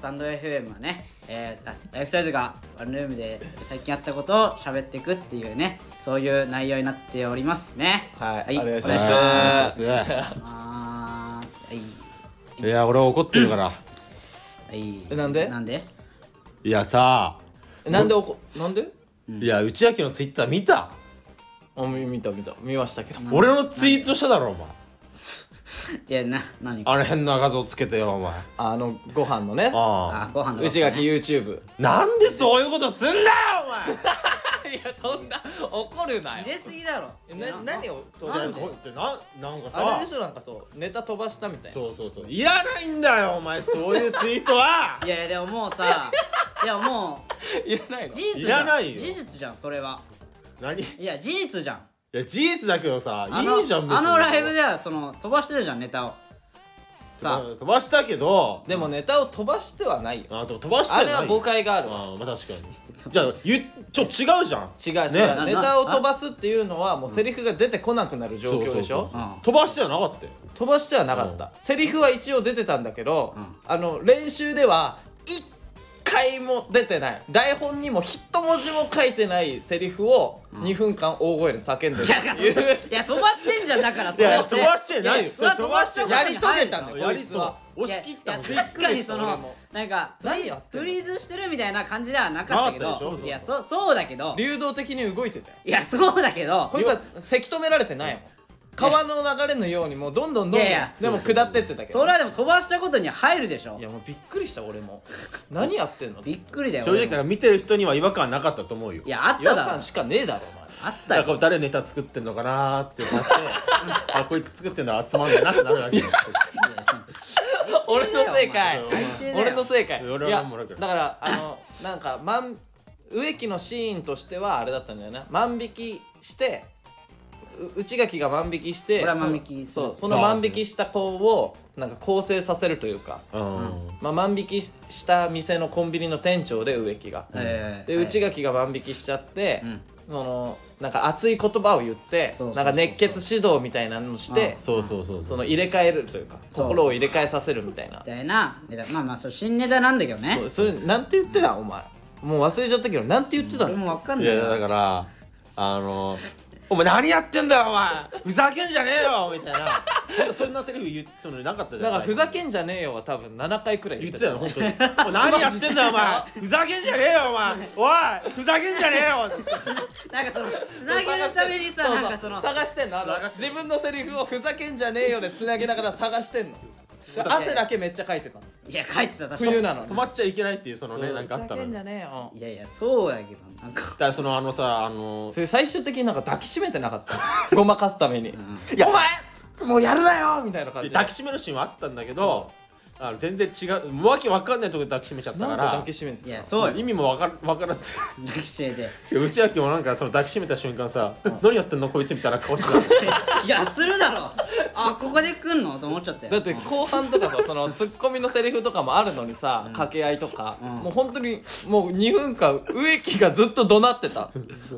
タンド FM はね、えー、ライフサイズがワンルームで最近やったことを喋っていくっていうねそういう内容になっておりますねはい、お願いしお願いしまますす。ますはいいや俺は怒ってるからはいえなんでなんでいやさなんでおこ、なんで。いや内明のツイッター見たあ、み見た、見た、見ましたけど。俺のツイートしただろお前いやな何あの変な画像つけてよお前あの、ご飯のね。ああご飯の内垣 YouTube。あなんでそういうことすんだよいや、そんな、怒るな入れすぎだろえな何をお飛なば前なんんででってななんかあれさでしょなんかそうネタ飛ばしたみたいなそうそうそういらないんだよお前そういうツイートはいやいやでももう さいやもいらないのう事実じいゃらんないよ事実じゃんそれは何いいや事実じゃんや事実だけどさあのいいじゃん別にあのライブではその飛ばしてるじゃんネタをさ飛ばしたけどでもネタを飛ばしてはないよあでも飛ばしたあれは誤解があるわああまあ確かにじゃあゆちょ違うじゃん違う違う、ねなネタを飛ばすっていうのはもうセリフが出てこなくなる状況でしそうょそうそううん飛ばしてはなかったよ飛ばしてはなかった、セリフは一応出てたんだけど、うんあの練習では一回も出てない台本にも一文字も書いてないセリフを2分間大声で叫んでるっていう、いや飛ばしてんじゃんだからそいれやは飛ばしてないよそれは飛ばして やり遂げたんだよやこりいつそうは押し切ったのいやいや確かにそ俺のもなんか何やってんフのリーズしてるみたいな感じではなかったけなかったでしょどそうそういやそそうだけど流動的に動いてたよいやそうだけどこいつはせき止められてないもん川の流れのようにもうどんどんどんどんいやいやでも下ってってたけどそれはでも飛ばしたことには入るでしょいやもうびっくりした俺 も何やってんのびっくりだよ正直俺だかもら見てる人には違和感なかったと思うよいやあっ違和ただろ感しかねえだろお前あっただよから誰ネタ作ってんのかなーって思って あこいつ作ってんのはつまんないなってなるだけだいよやその俺の正解お前最低だよ俺の正解俺はいや何もなくだからあの なんか万植木のシーンとしてはあれだったんだよな万引きしてう内垣が万引きして俺は万引きそのすそうその万引きした子をなんか更生させるというか、うんまあ、万引きしした店のコンビニの店長で植木が、えーではい内垣が万引きしちゃって、うんそのなんか熱い言葉を言ってそうそうそうそうなんか熱血指導みたいなのをしてそうそうそうそそうの入れ替えるというかそうそう心を入れ替えさせるみたいなみたいなネタまあまあそう新ネタなんだけどねそうそれなんて言ってたお前もう忘れちゃったけどなんて言ってた俺のもわかんいないやだからあのお前何やってんだよお前ふざけんじゃねえよみたいなほんとそんなセリフ言ってたのになかったじゃだんからふざけんじゃねえよは多分7回くらい言言っっててたたよ本当にも う何やってんだよお前ふざけんじゃねえよお前おいふざけんじゃねえよなんかそのつなげるためにさそうそうなんかその探してんのあの探して自分のセリフをふざけんじゃねえよでつなげながら探してんので汗だけめっちゃかいてたのいや書いてた確かに冬なのに止まっちゃいけないっていうそのねなんかあっふたざのけんじにだかゃねえよいやいやそうだけどなんからそのあのさあのそれ最終的になんか抱きしめてなかったごまかすために「いやお前もうやるなよ!」みたいな感じで抱きしめるシーンはあったんだけどあの全然違うわけわかんないとこで抱きしめちゃったなかんか抱らきしめてたいのやそうよ 意味もわからわ からず抱きしめて内訳もなんかその抱きしめた瞬間さ何やってんのこいつみたいな顔 してた いやするだろあここで来んのと思っちゃったよだって後半とかさそのツッコミのセリフとかもあるのにさ掛け合いとか、んもう本当にもう2分間植木がずっと怒鳴ってた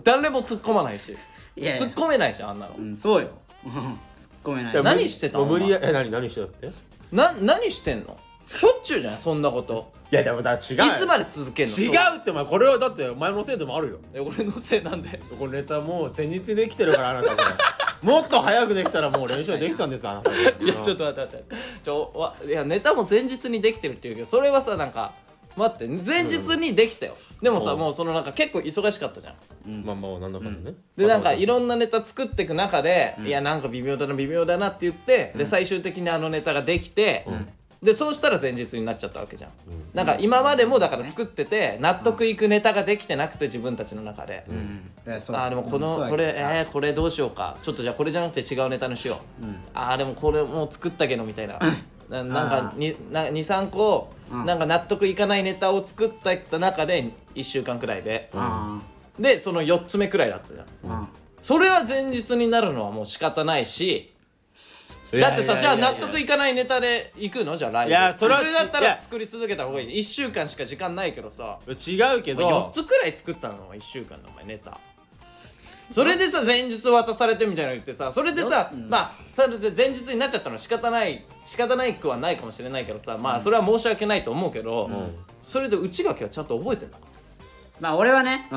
誰も突っ込まないしいやいや突っ込めないじゃんあんなのうんそうよ うん突っ込めないいや何してたのもう無理やえ何何してたっていな何してんのしょっちゅうじゃないそんなことやでもだ違ういつまで続けんの違うってお前これはだってお前のせいでもあるよえ俺のせいなんでこのネタもう前日にできてるからあなたこれもっと早くできたらもう練習できたんですあなたいやちょっと待って待ってちょわいやネタも前日にできてるっていうけどそれはさなんか待って前日にできたよ、でもさ、うんもうそのなんか結構忙しかったじゃんまあまあなんだかんだねでなんかいろんなネタ作っていく中で、いやなんか微妙だな微妙だなって言って、で最終的にあのネタができて、でそうしたら前日になっちゃったわけじゃん、なんか今までもだから作ってて納得いくネタができてなくて自分たちの中で、うんいやそうあーでもこの、うんそこれうだけどさえー、これどうしようかちょっとじゃあこれじゃなくて違うネタにしよう、あーでもこれもう作ったけどみたいな、ななんあか23個、なんか納得いかないネタを作った中で1週間くらいで、あでその4つ目くらいだったじゃんーうんそれは前日になるのはもう仕方ないしだってさじゃあ納得いかないネタで行くのじゃあライブいやそれはだったいらや作り続けた方がいい1週間しか時間ないけどさ違うけ4どつくらい作ったのは1週間のお前ネタそれでさ前日渡されてみたいなの言ってさそれでさ、まあそれで前日になっちゃったのは仕方ない仕方ないくはないかもしれないけどさまあそれは申し訳ないと思うけど、それで内垣はちゃんと覚えてんだまあ俺はね、う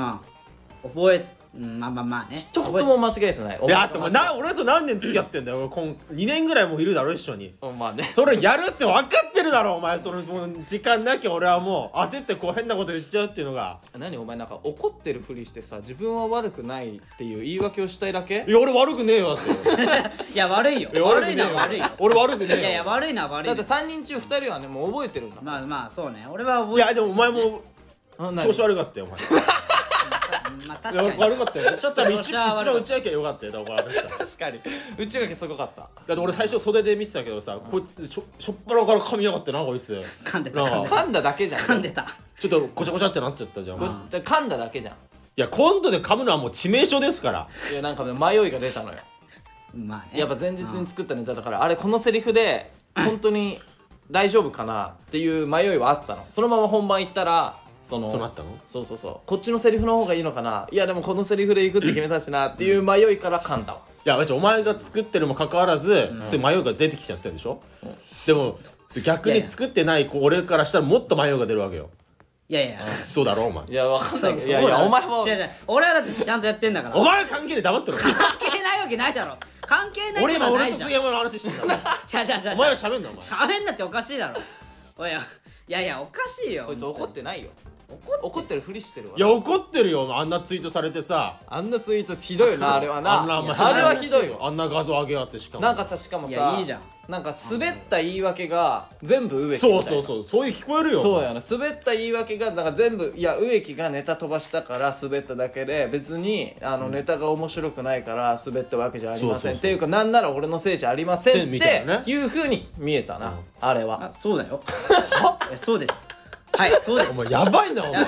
ん、覚え、うん、まあまあまあね。一覚え言も間違えてないいやだってもうな俺と何年付き合ってんだよ俺こん2年ぐらいもういるだろ一緒におまあねそれやるって分かってるだろお前そのもう時間なきゃ俺はもう焦ってこう変なこと言っちゃうっていうのが何お前なんか怒ってるふりしてさ自分は悪くないっていう言い訳をしたいだけいや俺悪くねえよだっていや、悪いよ。や悪悪いくのはねえよ悪いよ。俺悪くいねえよやいや、悪いのは悪いだっよて。3人中2人はねもう覚えてるんだまあまあ、そうね。俺は覚いえてやでもお前もあ何調子悪かったよお前うんまあ確いやかに。悪かったよちょっと一調子は悪かった一番打ち明けよかったよだから俺だ確かに内垣すごかったって俺最初袖で見てたけどさこいつしょしょっぱらから噛みやがってなこいつ噛んでた、な噛あんでた。噛んだだけじゃん噛んでた。ちょっとごちゃごちゃってなっちゃったじゃんこい噛んだだけじゃんやコントで噛むのはもう致命傷ですからいやなんかね迷いが出たのよまあね。やっぱ前日に作ったネタだからあれこのセリフで本当に大丈夫かなっていう迷いはあったのそのまま本番行ったらそのそうなったのそうそうそうこっちのセリフの方がいいのかないやでもこのセリフで行くって決めたしなっていう迷いから噛んだわいや別にお前が作ってるもかかわらず、そういう迷いが出てきちゃってるでしょ、でも逆いにやいや作ってない子俺からしたらもっと迷いが出るわけよいやいや。そうだろお前いやわかんないけどいそうやいやお前も違う違う。俺はだってちゃんとやってんだから。お前は関係で黙ってろ関係ないわけないだろ。関係ない俺こと今はな俺いとじゃん。杉山の 話してん違だろう違う違う。お前は喋んなお前喋んなっておかしいだろ。おいや、いやいや、おかしいよ。こいつ怒ってないよ怒っ怒ってるふりしてるわいや怒ってるよあんなツイートされてさあんなツイートひどいよ なあれはなあんなお前あれはひどいよあんな画像上げやがってしかもなんかさしかもいやさいいじゃんなんか滑った言い訳が全部植木みたいそなうそうそうそういう聞こえるよそうやな滑った言い訳がだから全部いや植木がネタ飛ばしたから滑っただけで別にあのネタが面白くないから滑ったわけじゃありまそうそうせんそうっていうかなんなら俺のせいじゃありませんっみたいなてねいうふうに見えたな、あれあはそうだ よいやそうですはいそうですお前やばいなお前あ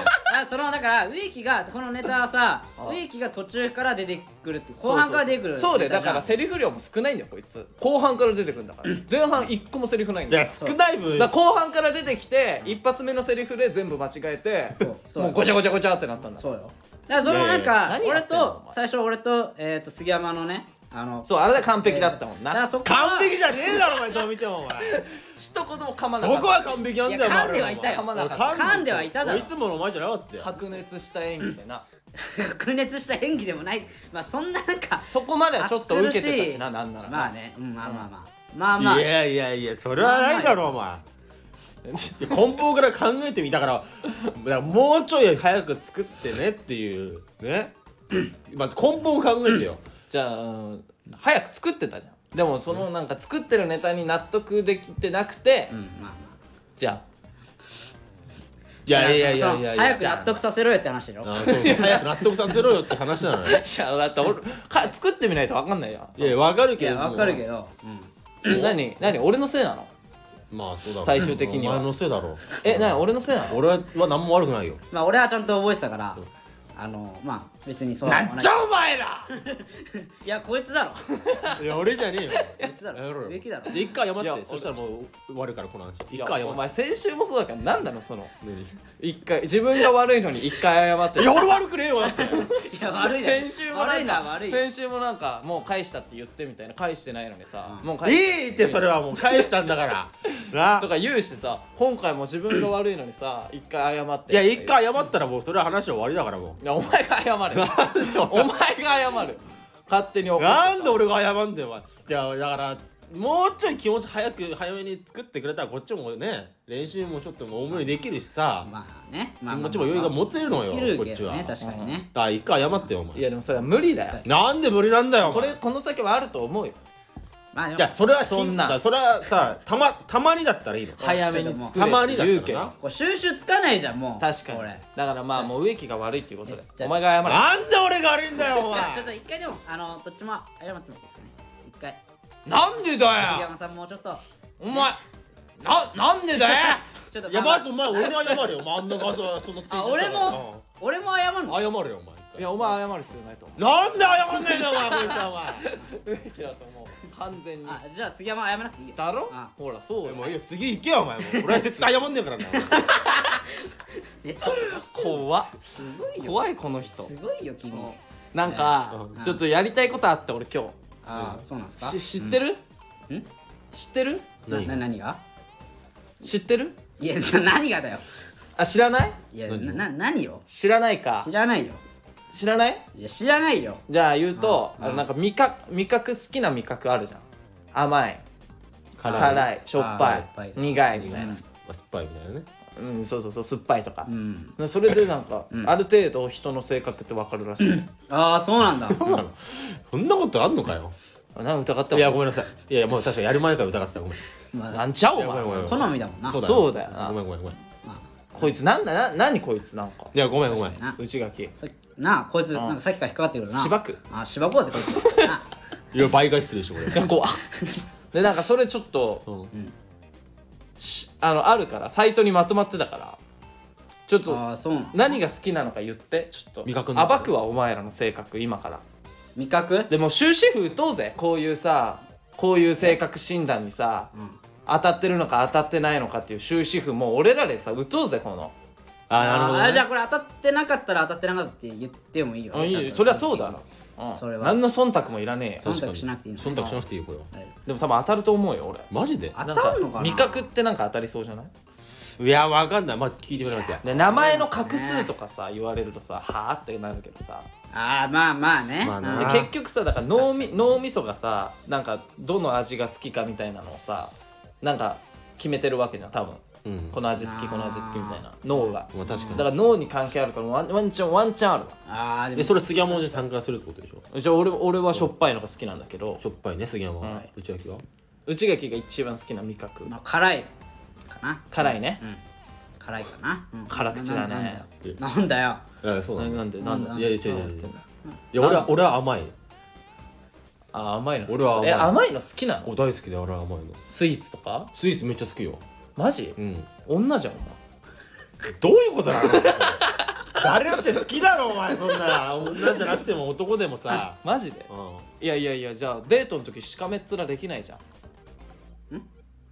そのだから植木がこのネタはさ植木が途中から出てくるって後半から出てくるそうだよネだタじゃかんらセリフ量も少ないんだよこいつ後半から出てくるんだから前半一個もセリフないんいだやよ少ない分だから後半から出てきて一発目のセリフで全部間違えてそうそうもうごちゃごちゃごちゃってなったんだそうよだからそのなんかいやいや俺何やってんのとお前最初俺とえっと杉山のねあのそうあれで完璧だったもんなだからそこは完璧じゃねえだろお前どう見てもお前 一言も噛まなかっどたこは完璧なんだよいや噛んではいたよ 噛まなかった噛んではいただろいつものお前じゃなかったよ白熱した演技でな白熱した演技でもないまあそんななんかそこまではちょっと受けてたしな暑苦なんならなまあねうんまあまあまあまあまあいやいやいやそれはないだろお前いや根本から考えてみたからだからもうちょい早く作ってねっていう ねまず根本を考えてよじゃあうん早く作ってたじゃんでもそのなんか作ってるネタに納得できてなくて、うんまあまあじゃいやいやいやいやいや早く納得させろよって話だろあそうそう早く納得させろよって話なの あねじゃあだって俺か作ってみないと分かんないやいやわかるいけどやわかるけどど何何俺のせいなのまあそうだろう最終的にはお前のせいだろうえ何俺のせいなの俺は何も悪くないよまあ俺はちゃんと覚えてたからあのまあ別にそうでもなんじゃお前らいやこいつだろいや俺じゃねえよこいつだろ植木だろで一回謝っいやてそしたらもう終わるからこの話い一や回謝おっ前先週もそうだから何なのそのて一回自分が悪いのに一回謝っていや俺悪くねえよだっていや悪いな 先週もな悪んいなか悪い先週もなんかもう返したって言ってみたいな返してないのにさ、うんもうい返したいってそれはもう返したんだ からとなか言うしさ今回も自分が悪いのにさ一回謝っていいや一回謝ったらもうそれは話は終わりだからもいやお前が謝れお前が謝る勝手に怒うってさなんで俺が謝んだよお前いやだからもうちょい気持ち早く早めに作ってくれたらこっちもね練習もちょっと多めにできるしさまあねまあま気あ持ちも余裕が持てるのよでこきるっけちどはねだか確かにねら一回謝ってよおい前やでもそれは無理だよなんで無理なんだよおこ前れこの先はあると思うよまあでいやもそれはそんなだからそれはさたまたまにだったらいいの早めに作たまれっにてだ言うっけたらどなこう収集つかないじゃんもう確かにこれだからまあもう植木が悪いっていうことでじゃあお前が謝れなんで俺が悪いんだよおいやちょっと前一回でもあのどっちも謝ってもいいですかね一回なん杉でだよ山さんもうちょっとお前ななんで だよちょっといやまあまずお前俺に謝れよお前あんな画像はそのツイートあし俺たからうんも俺も謝るの謝れよお前いやお前謝る必要ないと思なんで謝んねえんだよお前こいつはう植木だと思う完全に あじゃあ杉山謝らなくていいよだろあほらそうお前よもういいよ次行けよお前もう俺は絶対謝んねえからなねちょっと怖っすごいよ怖いこの人すごいよ君うんなんかうんちょっとやりたいことあって俺今ああそうなんですか日し知ってるうんん知ってるな何な何が知ってるいやな何がだよあ知らないいや何なな何よ知らないか知らないよ知らないいや知らないよじゃあ言うとうんあのなんか味覚味覚好きな味覚あるじゃん甘い辛い辛いしょっあーしょっぱぱいい苦いみたいまなあ酸っぱいみたいなねうんそうそうそう酸っぱいとかうんそれでなんかうんある程度人の性格ってわかるらし いああそうなんだそうなのそんなことあんのか よあなんか疑っていもやごめんなさいいやいやもう確かにやる前から疑ってたごめんまなあんちゃおいやごめんごめ前ん好みだもんなそうだそうだよなごめんごめんごめんいまあこいつなんだな何こいつなんかやごめんごめん確かに内垣さなあこいつんなんかさっきから引っかかってくるなしばくあしばこうぜこいつなあいや倍返しするでしょこれいや怖っ でなんかそれちょっとうんしあのあるからサイトにまとまってたからちょっとあーそうなん何が好きなのか言ってちょっと味覚の暴くはお前らの性格今から味覚でも終止符打とうぜこういうさこういう性格診断にさ、当たってるのか当たってないのかっていう終止符もう俺らでさ打とうぜこのあなるほどあねーじゃあこれ当たってなかったら当たってなかったって言ってもいいよあねいちゃんいとそりゃそうだろ、そうんれは何の忖度もいらねえよ忖度しなくていいの忖度しなくていいよこれはでも多分当たると思うよ俺マジで当なんたるのかな味覚ってなんか当たりそうじゃないいやわかんないまあ聞いてみなきゃで名前の画数とかさ言われるとさはあってなるけどさああまあまあねまあなうんであー結局さだから脳み脳みそがさなんかどの味が好きかみたいなのをさなんか決めてるわけじゃん多分うんこの味好きこの味好きみたいな脳がまあ確かだにから脳に関係あるからワンワンチャンワンチャンあるわああでえもそれ杉山に参加するってことでしょじゃあ俺俺はしょっぱいのが好きなんだけどしょっぱいね杉山うはん内脇は内垣が一番好きな味覚まあ辛いかな辛いねうん辛いかなうん辛口だねなんだよなんだよえそうななんだなんでなんなんでだいやいや違うな違んう違でういや俺は俺は甘いあ甘いの好き俺は甘いえ甘いの好きなおの大好きで俺は甘いのスイーツとかスイーツめっちゃ好きよマジうん女じゃんお前どういう ことなの誰だって好きだろお前そんな女じゃなくても男でもさマジでういやいやいやじゃあデートの時しかめっ面できないじゃん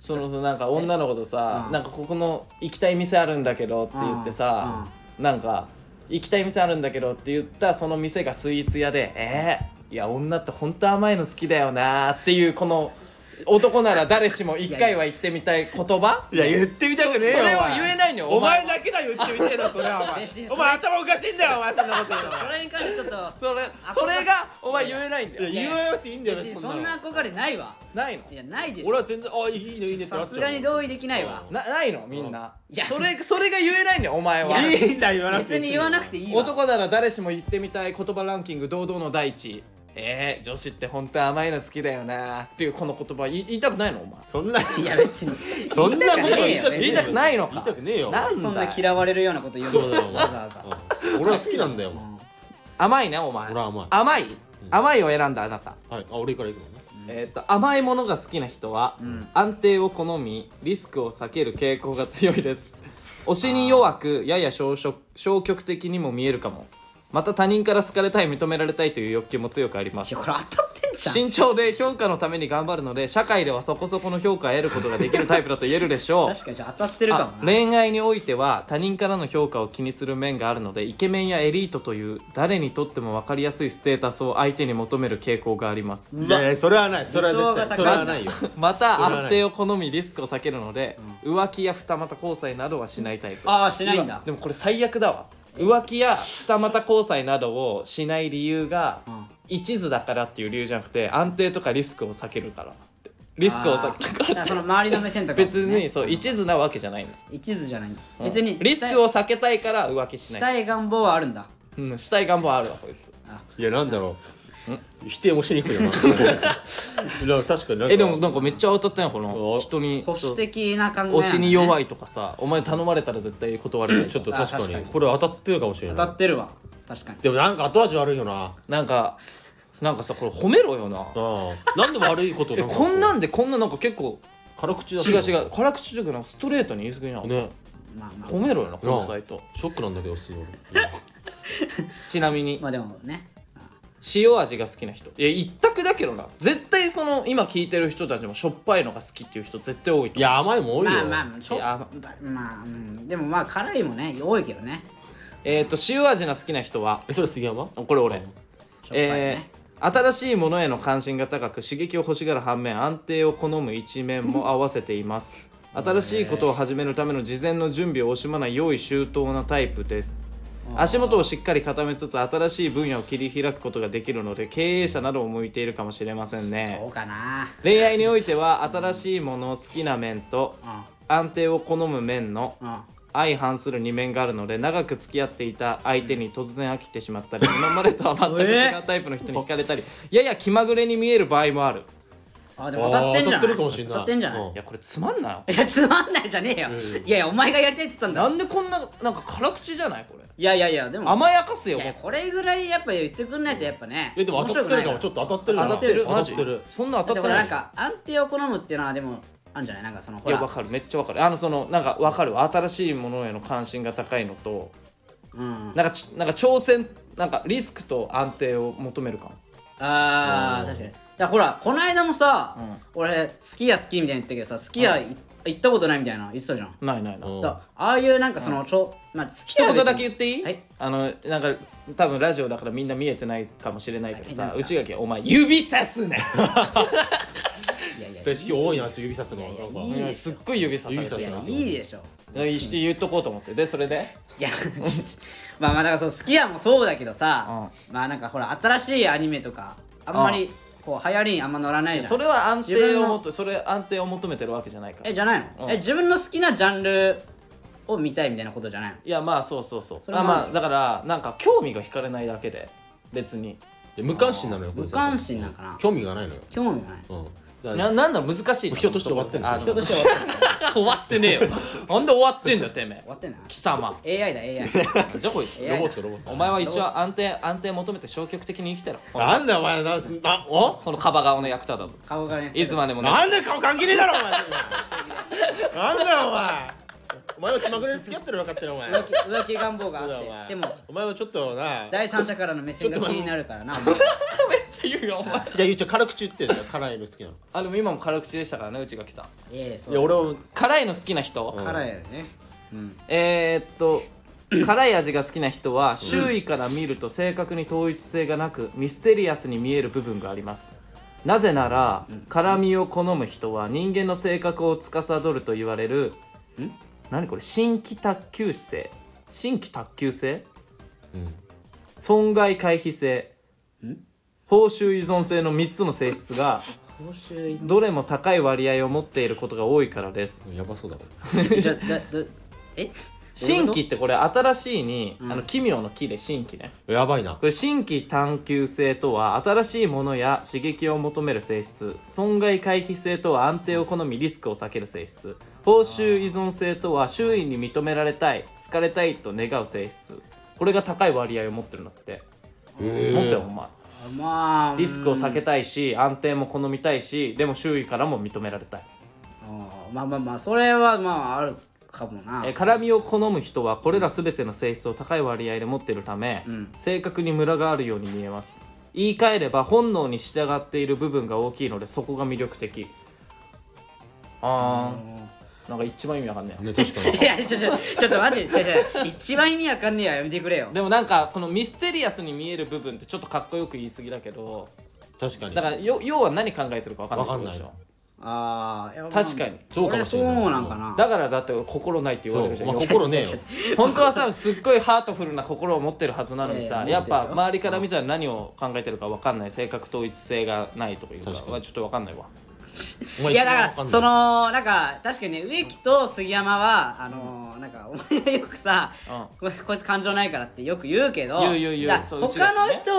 そのそのなんか女の子とさ、うんなんかここの行きたい店あるんだけどって言ってさ、なんか行きたい店あるんだけどって言ったその店がスイーツ屋でえー、いや女ってほんと甘いの好きだよなーっていうこの男なら誰しも一回は言ってみたい言葉んいや言ってみたくねえよそれをお前言えないのよお前お前だけだよ言ってみてえなそれはお 前別にそれお前頭おかしいんだよお前そんなこと言うのそれに関してちょっとそれそれがお前言えないんだいやよ言わなくていいんだよ別にそそんんななの憧れないわないのいやないでし俺ょは全然あいいねいいねってさなっちゃうすがに同意できないわなないのみんな、いやそれそれが言えないのよお前はいやいいんだよ言わなくて別に言わなくていいいわ男なら誰しも言ってみたい言葉ランキング堂々の第一位えー、女子って本当甘いの好きだよなっていうこの言葉言い言いたくないのお前そんないや別にそんなこと言いたくねえよ言いたくないのか言いたくねえよなんだそんな嫌われるようなこと言うそうだよおの前わざわざうん俺は好きなんだよお前甘いねお前俺は甘い甘い、甘いを選んだあなた、はいあ俺から行くのねえー、と甘いものが好きな人は、安定を好みリスクを避ける傾向が強い です推しに弱くやや消極消極的にも見えるかもまた他人から好かれたい認められたいという欲求も強くありまいすやこれ当たってんじゃん慎重で評価のために頑張るので社会ではそこそこの評価を得ることができるタイプだと言えるでしょう確かにじゃあ当たってるかあもな恋愛においては他人からの評価を気にする面があるのでイケメンやエリートという誰にとっても分かりやすいステータスを相手に求める傾向がありますいやいやそれはないそれは絶理想が高い対それはないよまたそれはない安定を好みリスクを避けるので、浮気や二股交際などはしないタイプああしないんだでもこれ最悪だわ浮気や二股交際などをしない理由がうん一途だからっていう理由じゃなくて安定とかリスクを避けるからリスクを避けるあーだからその周りの目線とかもね別にそう一途なわけじゃないの一途じゃない別にリスクを避けたいから浮気しないしたい願望はあるんだうん、したい願望あるわこいついやなんだろう否定もしに くいよななんか確かになんかえでもなんかめっちゃ当たったよこのお人に保守的な考え推しに弱いいとかさお前頼まれたら絶対断れるちょっと確かにあ確かにこれ当たってるかもしれ当たなってるわ確かにいでもなんか後味悪いよななんかなんかさこれ褒めろよなああなんで悪いことえなんかこんなんでこんななんか結構辛口だ違う違う辛口というかなんかストレートに言い過ぎな、ねまあまあ褒めろよなこのサイトショックなんだけど普通に俺ちなみにまあでもね塩味が好きな人いや一択だけどな絶対その今聞いてる人たちもしょっぱいのが好きっていう人絶対多いといや甘いもん多いよまあまあちょいやまあうんでもまあ辛いもね多いけどねえっ、と塩味が好きな人はえそれ杉山これ俺しょっぱいえね、ー新しいものへの関心が高く刺激を欲しがる反面安定を好む一面も合わせています新しいことを始めるための事前の準備を惜しまない用意周到なタイプです足元をしっかり固めつつ新しい分野を切り開くことができるので経営者などを向いているかもしれませんねそうかな恋愛においては新しいもの好きな面と安定を好む面のうんうん相反する二面があるので長く付き合っていた相手に突然飽きてしまったり今までとは全く違うタイプの人に惹かれたりやや気まぐれに見える場合もあるあでも当たってんじゃないあー当たってるかもしれな当いたってんじゃない、うんいやこれつまんないやつまんないじゃねえよ、うんいやいやお前がやりたいって言ったんだなんでこんななんか辛口じゃないこれいやいやいやでも甘やかすいよやこれぐらいやっぱ言ってくんないとやっぱねえでも当たってるかもちょっょっと当たってるな当たってる当たってるそんなと当ただからってなないんか安定を好むっていうのはでもあるんじゃないなんかそのいほやらわかるめっちゃわかるあのそのなんかわかるわ新しいものへの関心が高いのとうんなんかちなんか挑戦なんかリスクと安定を求めるかもあー確かにだからほらこの間もさ、うん俺好きや好きみたいに言ったけどさ好きや行ったことないみたいな言ってたじゃん、ないないないうんだからああいうなんかそのちょ、まあ好き一や言だけ言っていい、はいあのなんか多分ラジオだからみんな見えてないかもしれないけどはいさ何です内か垣お前指さすねいやいやいや手式多いなって指さすのなんかいいですすっよごい指さされ指さてするよいいでしょいやして言っとこうと思ってでそれでいや まあまあだからそう好きやもそうだけどさ、まあなんかほら新しいアニメとかあんまりこう流行りにあんま乗らないじゃんそれは安自定分をのもとそれ安定を求めてるわけじゃないからえいじゃないの、うんえ自分の好きなジャンルを見たいみたいなことじゃないのやまあそうそうそうそれまあはまあだからなんか興味が惹かれないだけで別にで無関心なのよこれ無関心なんかな興味がないのよ興味がないうんだからななんだろう難しい人として終わってんのあ人として終終わってねえよなんで終わってんだよてめえ 終わって んな貴様 AI だ AI じゃあこいつ AI ロボットロボットお前は一生安定安定求めて消極的に生きてろこのなんだよお前なんすあおこのカバ顔の役立たず顔がねいつまでも ねなんだよ顔関係ねえだろお前なんだよお前お前は気まぐれで付き合ってるの分かってるお前浮気浮気願望がそうだおあっ前てでもお前はちょっとな第三者からの目線が気になる からなめっちゃ言うよお前じゃあゆうちゃん辛口言ってるじゃん辛いの好きなのあでも今も辛口でしたからね内垣さんいやいやそいやう俺は辛いの好きな人、うんからやるねうんえー、っと辛い味が好きな人は周囲から見ると正確に統一性がなくミステリアスに見える部分がありますなぜなら辛みを好む人は人間の性格を司ると言われる何これ新規卓球性新規卓球性うん損害回避性報酬依存性の3つの性質が報酬依存どれも高い割合を持っていることが多いからですやばそうだもんじゃだだえ新規ってこれ新しいに、んあの奇妙の木で新規ねやばいなこれ新規探求性とは新しいものや刺激を求める性質損害回避性とは安定を好みリスクを避ける性質報酬依存性とは周囲に認められたい好かれたいと願う性質これが高い割合を持ってるんだって持ってるお前まあリスクを避けてたいし安定も好みたいしでも周囲からも認められたいまあまあまあそれはまああるかもなえー辛みを好む人はこれら全ての性質を高い割合で持っているため、うん正確にムラがあるように見えます言い換えれば本能に従っている部分が大きいのでそこが魅力的あーなんか一番意味わかんねえね確かにいやちょちょちょっと待ってちょちょ一番意味わかんねえややめてくれよでもなんかこのミステリアスに見える部分ってちょっとかっこよく言い過ぎだけど確かにだからよ要は何考えてるかわかんないってことでしょわかんああいやまあ確かにそうかもしれない俺そうなんかなだからだって心ないって言われるじそゃうんまあよく心ねえよ本当はさすっごいハートフルな心を持ってるはずなのにさいやいややっ持っぱてるよ周りから見たら何を考えてるか分かんない性格統一性がないとかいうか確かにまあちょっと分かんないわお前いや一番わだかんらないそのなんか確かにね植木と杉山はあのーなんかお前がよくさ、ここいつ感情ないからってよく言うけど言う言う言うだからそううちら他ねの人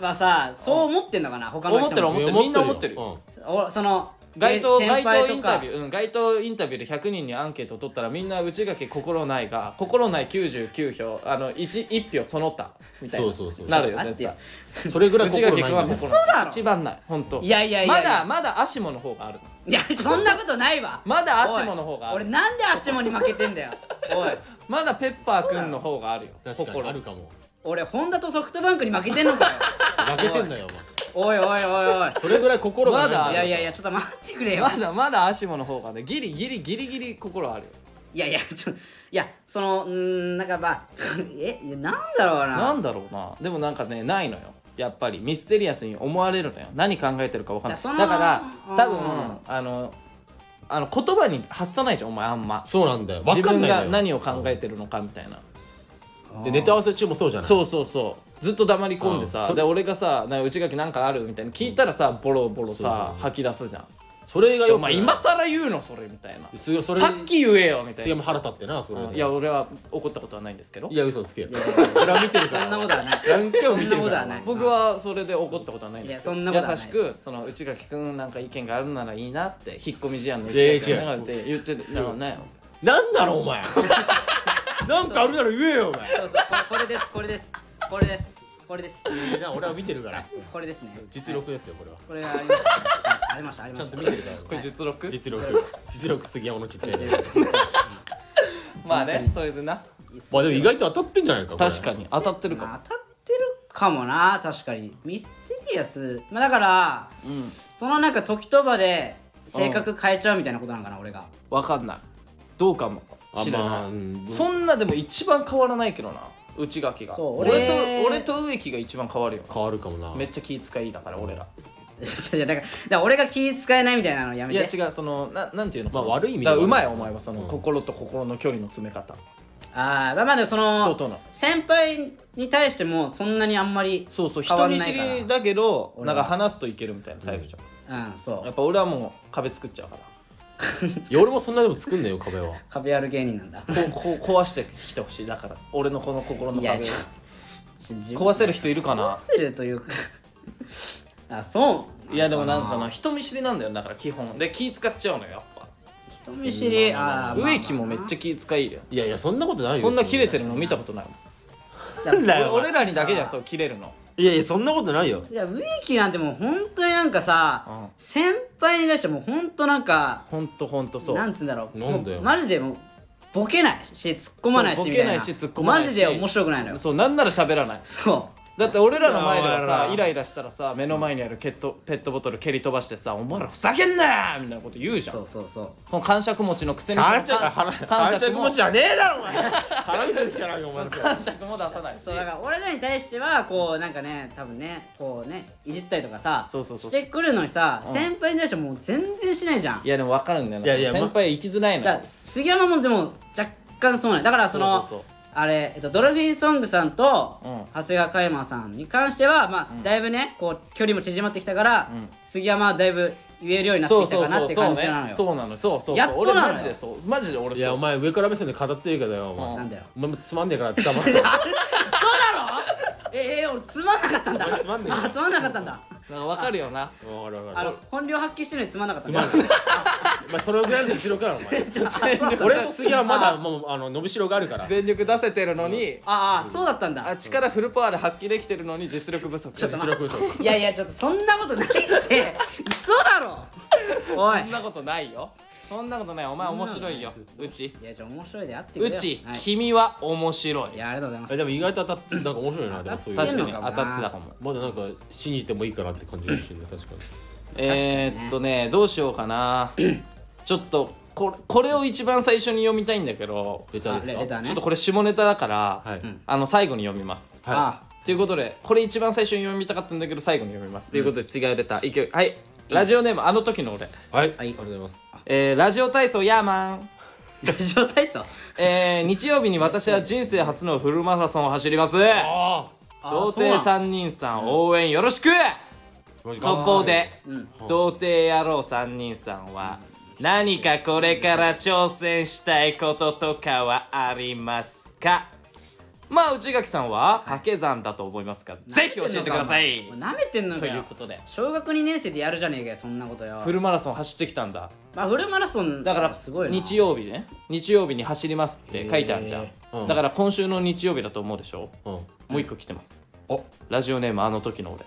はさそう思ってんのかな他の人も思ってる思ってるみんな思ってるうんおその街頭え街先輩頭イとンかタビュー、うん、街頭インタビューで100人にアンケート取ったらみんな内垣心ないが心ない99票あの 1, 1票その他みたいなそうそうそうなるよあっ絶てよ対それぐらい内心垣ない君んはだもん心嘘だろ一番ない本当いやいやいやいやまだまだアシモの方があるいやそんなことないわまだアシモの方があおいる俺なんでアシモに負けてん だよおいまだペッパー君の方があるよ確かに心あるかも俺ホンダとソフトバンクに負けてんのかよ負けてんだよお前おいおいおいおいそれぐらい心がないんまだあだるいやいやいやちょっと待ってくれよまだまだアシモの方がねギリギリギリギリ心あるよいやいやちょいやそ のうーんなんかまあそえいやなんだろうななんだろうなでもなんかねないのよやっぱりミステリアスに思われるのよ何考えてるか分かんないだからだからうん多分あのあの言葉に発さないじゃんお前あんまそうなんだよ分自かん分ないのよが何を考えてるのかみたいなでネタ合わせ中もそうじゃないそうそうそうずっと黙り込んでうんさそで俺がさなんか内垣なんかあるみたいな聞いたらさボロボロさ吐き出すじゃんそれがいやよお前今更言うのそれみたいなすそれさっき言えよみたすげいえな腹立ってなそれ、うんいや俺は怒ったことはないんですけどいや嘘つけよ俺は見てるからそんなことはない何回もそ見んてなることからはない僕はそれで怒ったことはないんですけどいやそんなことはない優しくその内垣君なんか意見があるならいいなって引っ込み思案のいや内垣君違うなんかって言ってたよねなんだろうお前なんかあるなら言えよお前そうそうこれこれですこれですこれですこれですいや俺は見てるからこれですね実力ですよこれはこれはありましたはいありましたありちゃまんしとた見てるからこれ実録実力実力杉山のちってまあねそれでなまあでも意外と当たってんじゃないかこれ確かに当たってるかもまあ当たってるかもな確かにミステリアスまあだから、そのなんか時と場で性格変えちゃうみたいなことなのかな俺が 分かんないどうかも知らない、あまあうんそんなでも一番変わらないけどな内垣がそう俺と俺俺と植木が一番変わるよ変わるかもなめっちゃ気遣いだから俺らいやだからだから俺が気使えないみたいなのやめいてや違うそのななんていうのまあ悪い意味でだはからうまいお前はその、うん心と心の距離の詰め方あーまあまあでもそ人のとの先輩に対してもそんなにあんまりそうそう変わ人ん見な知いからりだけど俺なはんか話すといけるみたいなタイプじゃん、うんそやうっぱ俺はもう壁作っちゃうからいや俺もそんなでも作んねえよ壁は壁ある芸人なんだこうこう壊してきてほしいだから俺のこの心のいや 壁をちょ信じる壊せる人いるかな壊せるというか あそういやでもなんかその人見知りなんだよだから基本で気使っちゃうのよやっぱ人見知りあーまあ植木もめっちゃ気遣いよいやいやそんなことないよこんな切れてるの見たことないもんなんだよお前俺らにだけじゃんそう切れるのいやいやそんなことないよいや植木なんてもう本当になんかさ、うん先輩に対してもう本当なんかほんとほんとそうなんつうんだろうなんだよもうマジでもうボケないし突っ込まないしそうみボたケいなないし突っ込まないしマジで面白くないのよそそうなんなら喋らないうだって俺らの前でいやはお前さらイライラしたらさ目の前にあるケットペットボトル蹴り飛ばしてさ「お前らふざけんなよ!」みたいなこと言うじゃんそこうそうそうの感触持ちのくせに感謝か感謝感感触謝も持ちじゃねえだろお前 腹水つかないよお前の感触も出さないしそうだから俺らに対してはこうなんかね多分ねこうねいじったりとかさそうそうそうしてくるのにさ、うん先輩に対してもう全然しないじゃんいやでも分かるんだよないやいや先輩生きづらいのだよから杉山もでも若干そうなんだからそのそうそうそうあれ、えっと、ドルフィンソングさんと、うん長谷川嘉山さんに関しては、まあだいぶねこう距離も縮まってきたから、うん杉山はだいぶ言えるようになってそうきたそうかなそっうてそう感ねじなのよそうなのそうそうやそっうと俺なのよマジでそうマジで俺いやそおう前上から目線で語ってるけどよお前なんだよお前もつまんねえから黙ってええ俺つまんなかったんだ つまんねえよあつまんなかったんだなんか分かるよなわかるわかあるの本領発揮してるのにつまんなかったつんまだんないお前それぐらいの実力だろお前 俺と杉はまだ もうあの伸びしろがあるから全力出せてるのにああそうだったんだあ力フルパワーで発揮できてるのに実力不足ちょっと実力といやいやちょっとそんなことないって嘘だろおいそんなことないよそんなことないお前面白いようちいやじゃあ面白いであってくれうよち、はい、君は面白いいやありがとうござ えいでまも意外と当たってなんか面白いなでもそういう当た確てんかのかもに当たなってたかもまだなんか信じてもいいかなって感じがしね確かにえー、っとねどうしようかな ちょっとこれこれを一番最初に読みたいんだけどベタですあかレターねちょっとこれ下ネタだから、はい、んあの最後に読みますす、はあということでこれ一番最初に読みたかったんだけど最後に読みますと、いうことで違いレターいけはいラジオネームあの時の俺、い、はい、はあいりがとうございますえーラジオ体操ヤーマンラジオ体操えー日曜日に私は人生初のフルマラソンを走りますあ童貞ん三人さん応援よろしく、あそこで、ん童貞野郎三人さんは何かこれから挑戦したいこととかはありますかまあ内垣さんは掛け算だと思いますが、ぜひ教えてくださいなめてんのとかいうよことで小学2年生でやるじゃねえかよそんなことよフルマラソン走ってきたんだまあフルマラソンだからすごいな日曜日ね日曜日に走りますって書いてあるじゃん、うんだから今週の日曜日だと思うでしょうんもう一個来てますおはラジオネームあの時の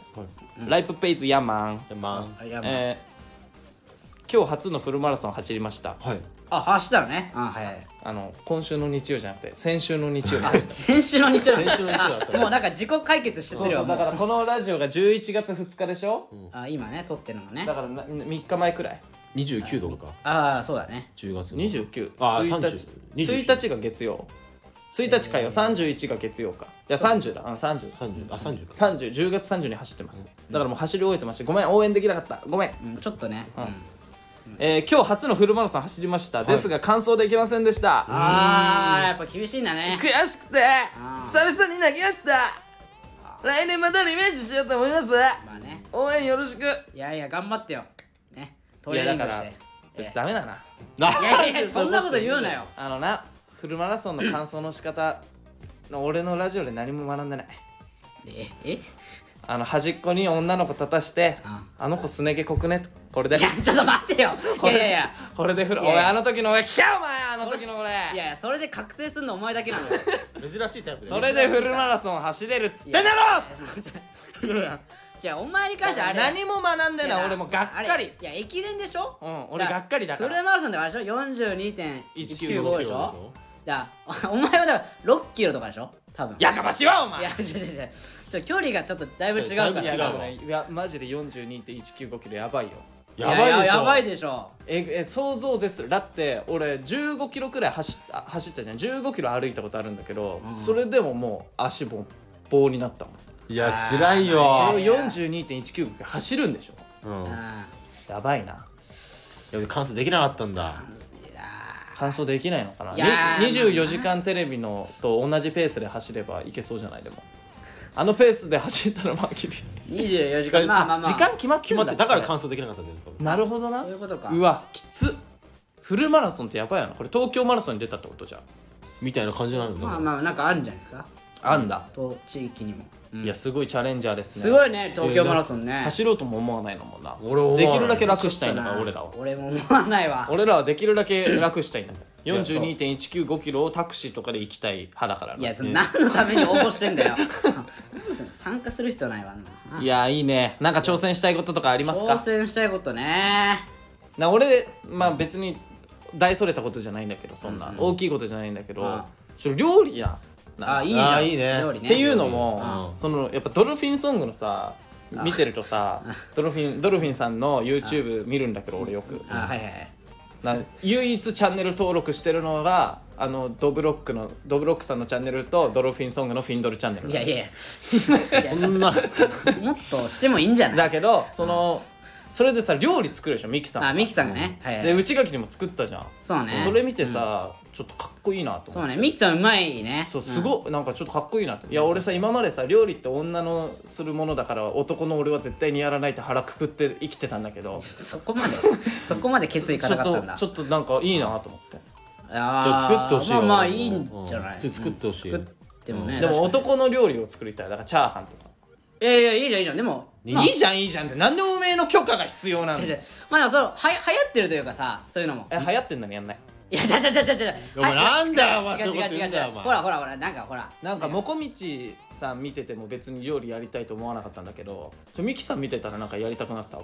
俺、いライプペイズヤーマンでまあやばいえー今日初のフルマラソン走りましたあはいあ走ったのねあはいはいあの今週の日曜じゃなくて先週の日曜日あ先週の日曜日先週の日曜だったあもうなんか自己解決してそうるそわうだもかうらこのラジオが11月2日でしょ、あ今ね撮ってるのがねだからな3日前くらい29度とかああそうだね10月の291あー日30 1日が月曜1日火曜31が月曜かじゃあ30だあ30 30あ30か30 10月30に走ってますだからもう走り終えてましてごめん応援できなかったごめんうん、ちょっとね、うんえー今日初のフルマラソン走りました、ですが完走できませんでしたあーやっぱ厳しいんだね悔しくて久々に泣きました来年またリベンジしようと思いますまあね応援よろしくいやいや頑張ってよねトレいやーニだングかしらて別にダメだなえいやいやいやそんなこと言うなよあのなフルマラソンの完走の仕方の俺のラジオで何も学んでないええ いあの端っこに女の子立たしてあ「あの子すね毛こくね」とこれでやちょっと待ってよいこやれいやいやこれでフルいおやいや前あの時の俺聞けお前あの時のい俺やいやそれで覚醒すんのお前だけなのよ珍しいタイプだそよれでフルマラソン走れるっつってんだろいやいやじゃあお前に関してはあれ何も学んでいなやい俺もうがっあれかりいや駅伝でしょうん俺がっかりだかフルらマラソンであれでしょ42.195でしょだからおお前はだから6キロとかでしょ多分やかましいわおいや前違う違う違うちょ距離がちょっとだいぶ違うからだいぶ違ういやわでもねいやマジで42.195キロやばいよやばいでしょややばいでしょええ想像を絶するだって俺15キロくらい走った走ったじゃん15キロ歩いたことあるんだけど、それでももう足も棒になったもんいや辛いよあー42.195走るんでしょうんいあやばいなや俺完走できなかったんだ完走できないのかないやーに24時間テレビのと同じペースで走ればいけそうじゃないでもあのペースで走ったらまあきりー24時間まあまあまあ時間決まって決んまだってだから完走できなかったんだよ多分なるほどなそういうことかうわきつっフルマラソンってやばいよなこれ東京マラソンに出たってことじゃんみたいな感じなんだまあまあなんかあるんじゃないですかあんだ、と地域にも、うんいやすごいチャレンジャーですねすごいね東京マラソンね走ろうとも思わないのもんな俺思わないできるだけ楽したいんだから俺らは俺も思わないわ俺らはできるだけ楽したいんだいやそう42.195キロをタクシーとかで行きたい派だからないやその何のために応募してんだよ 参加する必要ないわいやいいねなんか挑戦したいこととかありなます挑か戦したいことねな俺まあ別に大それたことじゃないんだけどそんな、大きいことじゃないんだけど、うんちょ料理やんなあいいじゃあんいいね料理ねっていうのも、うんそのやっぱドルフィンソングのさ見てるとさドルフィンドルフィンさんの YouTube 見るんだけど俺よくあはいはいはいな唯一チャンネル登録してるのがあのドブロックのドブロックさんのチャンネルとドルフィンソングのフィンドルチャンネルいやいやいや そんなもっとしてもいいんじゃないだけどそのそれでさ料理作るでしょミキさんあミキさんがね、はいはいで内垣にも作ったじゃんそうねそれ見てさ、ちょっとかっこいいなと思ってそうねミキさんうまいねそうすごい、なんかちょっとかっこいいなっていや俺さ今までさ料理って女のするものだから男の俺は絶対にやらないって腹くくって生きてたんだけどそこまでそこまで決意かちなょっかったとんだちょっとなんかいいなと思っていやーじゃあ作ってほしいよまあまあいいんじゃない、うん普通に作ってほしいうん作ってもねでも確か男の料理を作りたいだからチャーハンとか、にいやいやいいじゃんいいじゃんでもまあいいじゃんいいじゃんってなんでおめえの許可が必要なんいいだじゃんよまあでもそのは流行ってるというかさそういうのもえ流行ってんのにやんないいやちゃちゃちゃちゃちゃお前なんだよお前違そうういう違こうと違言ううん違だうよお前ほらほらほらなんかほらなんかもこみちさん見てても別に料理やりたいと思わなかったんだけどちょミキさん見てたらなんかやりたくなったわ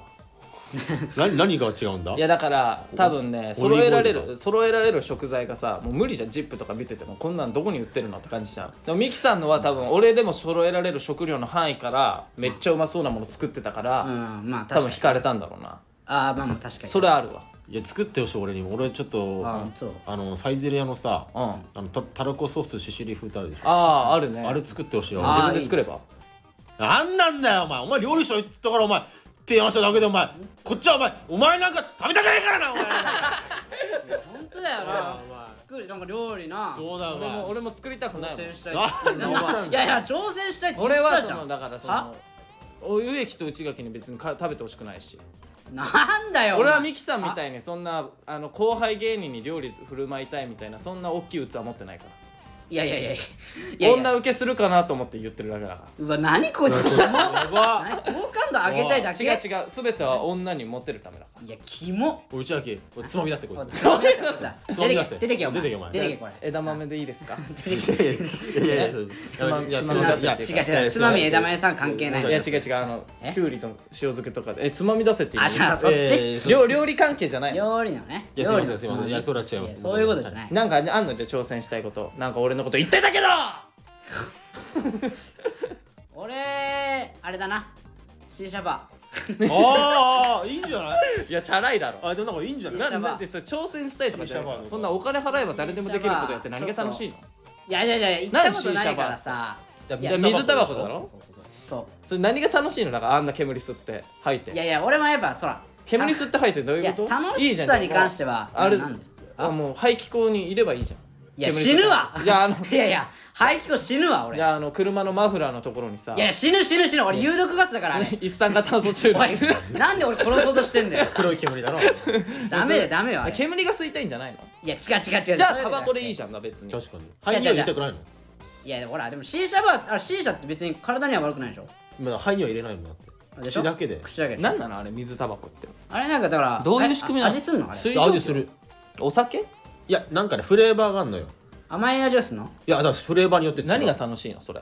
何何が違うんだいやだから多分ねお揃えられオリーブオイルる揃えられる食材がさもう無理じゃんジップとか見ててもこんなんどこに売ってるのって感じじゃんでもミキさんのは多分俺でも揃えられる食料の範囲からめっちゃうまそうなもの作ってたから、うんまあ確多分かに惹かれたんだろうなああまあまあ確かにそれあるわいや作ってほしい俺にも俺ちょっとあそうあのサイゼリヤのさうんあのたたらこソースシシリ風ってあるでしょあああるねあれ作ってほしいよあ自ー分で作ればなんなんだよお前お前料理しろって言ったからお前提案しただけでお前こっちはお前お前なんか食べたくないからなお前本当だよな作るなんか料理なそうだよお俺も前俺も作りたくない挑も戦んしたいなんだよお前いやいや挑戦したいって言っ俺はたそじゃのんだからそはのお植木と内垣に別にか食べてほしくないしなんだよ俺はミキさんみたいにそんなあの後輩芸人に料理振る舞いたいみたいなそんな大きい器持ってないからいやいやいやいやい女や受けするかなと思って言ってるだけだかうわ何こい つキモやば何好感度上げたいだらけ違う違う全ては女にモテるためだかいやキモおい内訳おいつまみ出してこいつそういうことだそういうことだ出てけ出て出てけけおお前前出てけこら枝豆でいいです かいやいやそうつまみいやつれまみな出いせやっていうか違う違うつまみ枝豆さん関係ないいのや違う違うあのえきゅうりと塩漬けとかでえつまみ出せっていうあじゃあそっいやいやいちや料料理関係じゃない料の理のねいやすい料理ませのんすいませんいやそれは違いますやそういうことじゃないなんかあんのじゃあ挑戦したいことなんか俺のこと言ってたけど俺あれだなシーシャバああいいんじゃないいやチャラいだろあでもなんかいいんじゃないなんでそれ挑戦したいとかじゃないからそんなお金払えば誰でもできることやって何が楽しいのいやいやいや行ったことないからさだいや水タバコだろそうそうそうそそれ何が楽しいのなんかあんな煙吸って吐いうていやいや俺もやっぱ そら煙吸って吐いてどういいやうこと楽いしいじゃんさに関してはもうあれななんであもう排気口にいればいいじゃんいや煙吸っ死てぬわじゃああのいやいや排気口死ぬわ俺じゃああの車のマフラーのところにさいや死ぬ死ぬ死ぬ俺有毒ガスだからあれ一酸化炭素中お前毒なんで俺殺そうとしてんだよ黒い煙だろダメだよダメよあれ 煙が吸いたいんじゃないのいや違う違う違うじゃあタバコでいいじじゃんな別に確かに違う違肺うには入れたくないのゃんいやほらでも C 社はあ C 社って別に体には悪くないでしょまだ肺には入れないもんだってでしょ口だけで口だけでしょ何なのあれ水タバコってあれなんかだからどういう仕組みなのあ味すんのあれ水味するお酒いやなんかねフレーバーがあんのよ甘い味はすんのいやだからフレーバーによって違う何が楽しいのそれ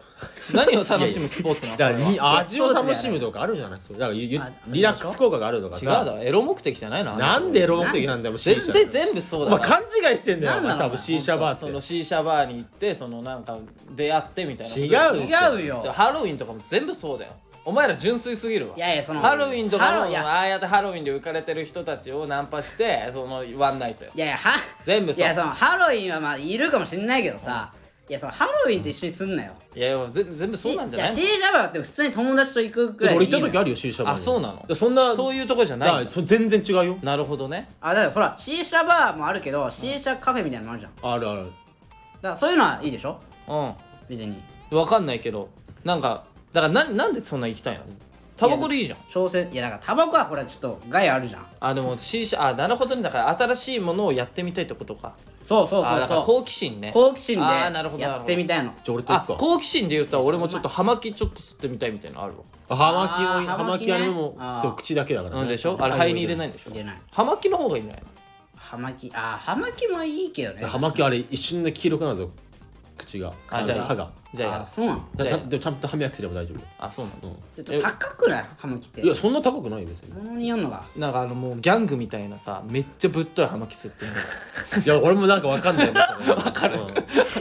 何を楽しむスポーツなのそだれからはに味を楽しむとかあるじゃないそれだからゆゆあリラックス効果があるとか違うださろエロ目的じゃないのあれなんでロマン的なんだよシーシ絶ャ対全部そうおだ前な勘違いしてんだよなおんな前の多分シーシャバそのーってシーシャバーに行ってそのなんか出会ってみたいなことでしょ違う違うよでハロウィンとかも全部そうだよお前ら純粋すぎるわいやいやそのハロウィンとかハもロいやああやってハロウィンで浮かれてる人たちをナンパしてそのワンナイトよいやいやは全部いそういややそのハロウィンはまあいるかもしれないけどさいやそのハロウィンと一緒にすんなよいや全部全部そうなんじゃないや C 社はだって普通に友達と行くくでらいで俺いい行ったのよ時あるよシーシャバーあそうなののそんなそういうとこじゃだかないらそ全然違うよなるほどねあだからほら C 社バーもあるけど C 社カフェみたいなのもあるじゃんだあるあるからそういうのはいいでしょうん別にわかんないけどなんかだからなんなんでそんな行きたいのタバコでいいじゃん調整いやだからタバコはほらちょっと害あるじゃんあでも C 社あなるほどねだから新しいものをやってみたいってことかそうそうあそうだからそ好奇心ねう好奇心あーなるほでどなやるほっどてみたいのじゃあ俺と行あくか好奇心で言ったら俺もちょっと葉巻ちょっと吸ってみたいみたいなのあるわあ葉巻もあー葉巻葉巻ねあれもあーそう口だけだからなねんでしょあれ肺に入れないんでしょ入れない葉巻の方がいいんじゃない葉巻あー葉巻もいいけどね葉巻あれ一瞬で黄色くなるぞ口があじゃあ歯がじゃあやあそうなのだじちゃゃあんでもちゃんと歯磨きすれば大丈夫あそうなんだちょっと高くない葉巻っていやそんな高くないよ別に物によるの がなんかあのもうギャングみたいなさめっちゃぶっとい葉巻吸ってるいや俺もなんかわかんないよ わかる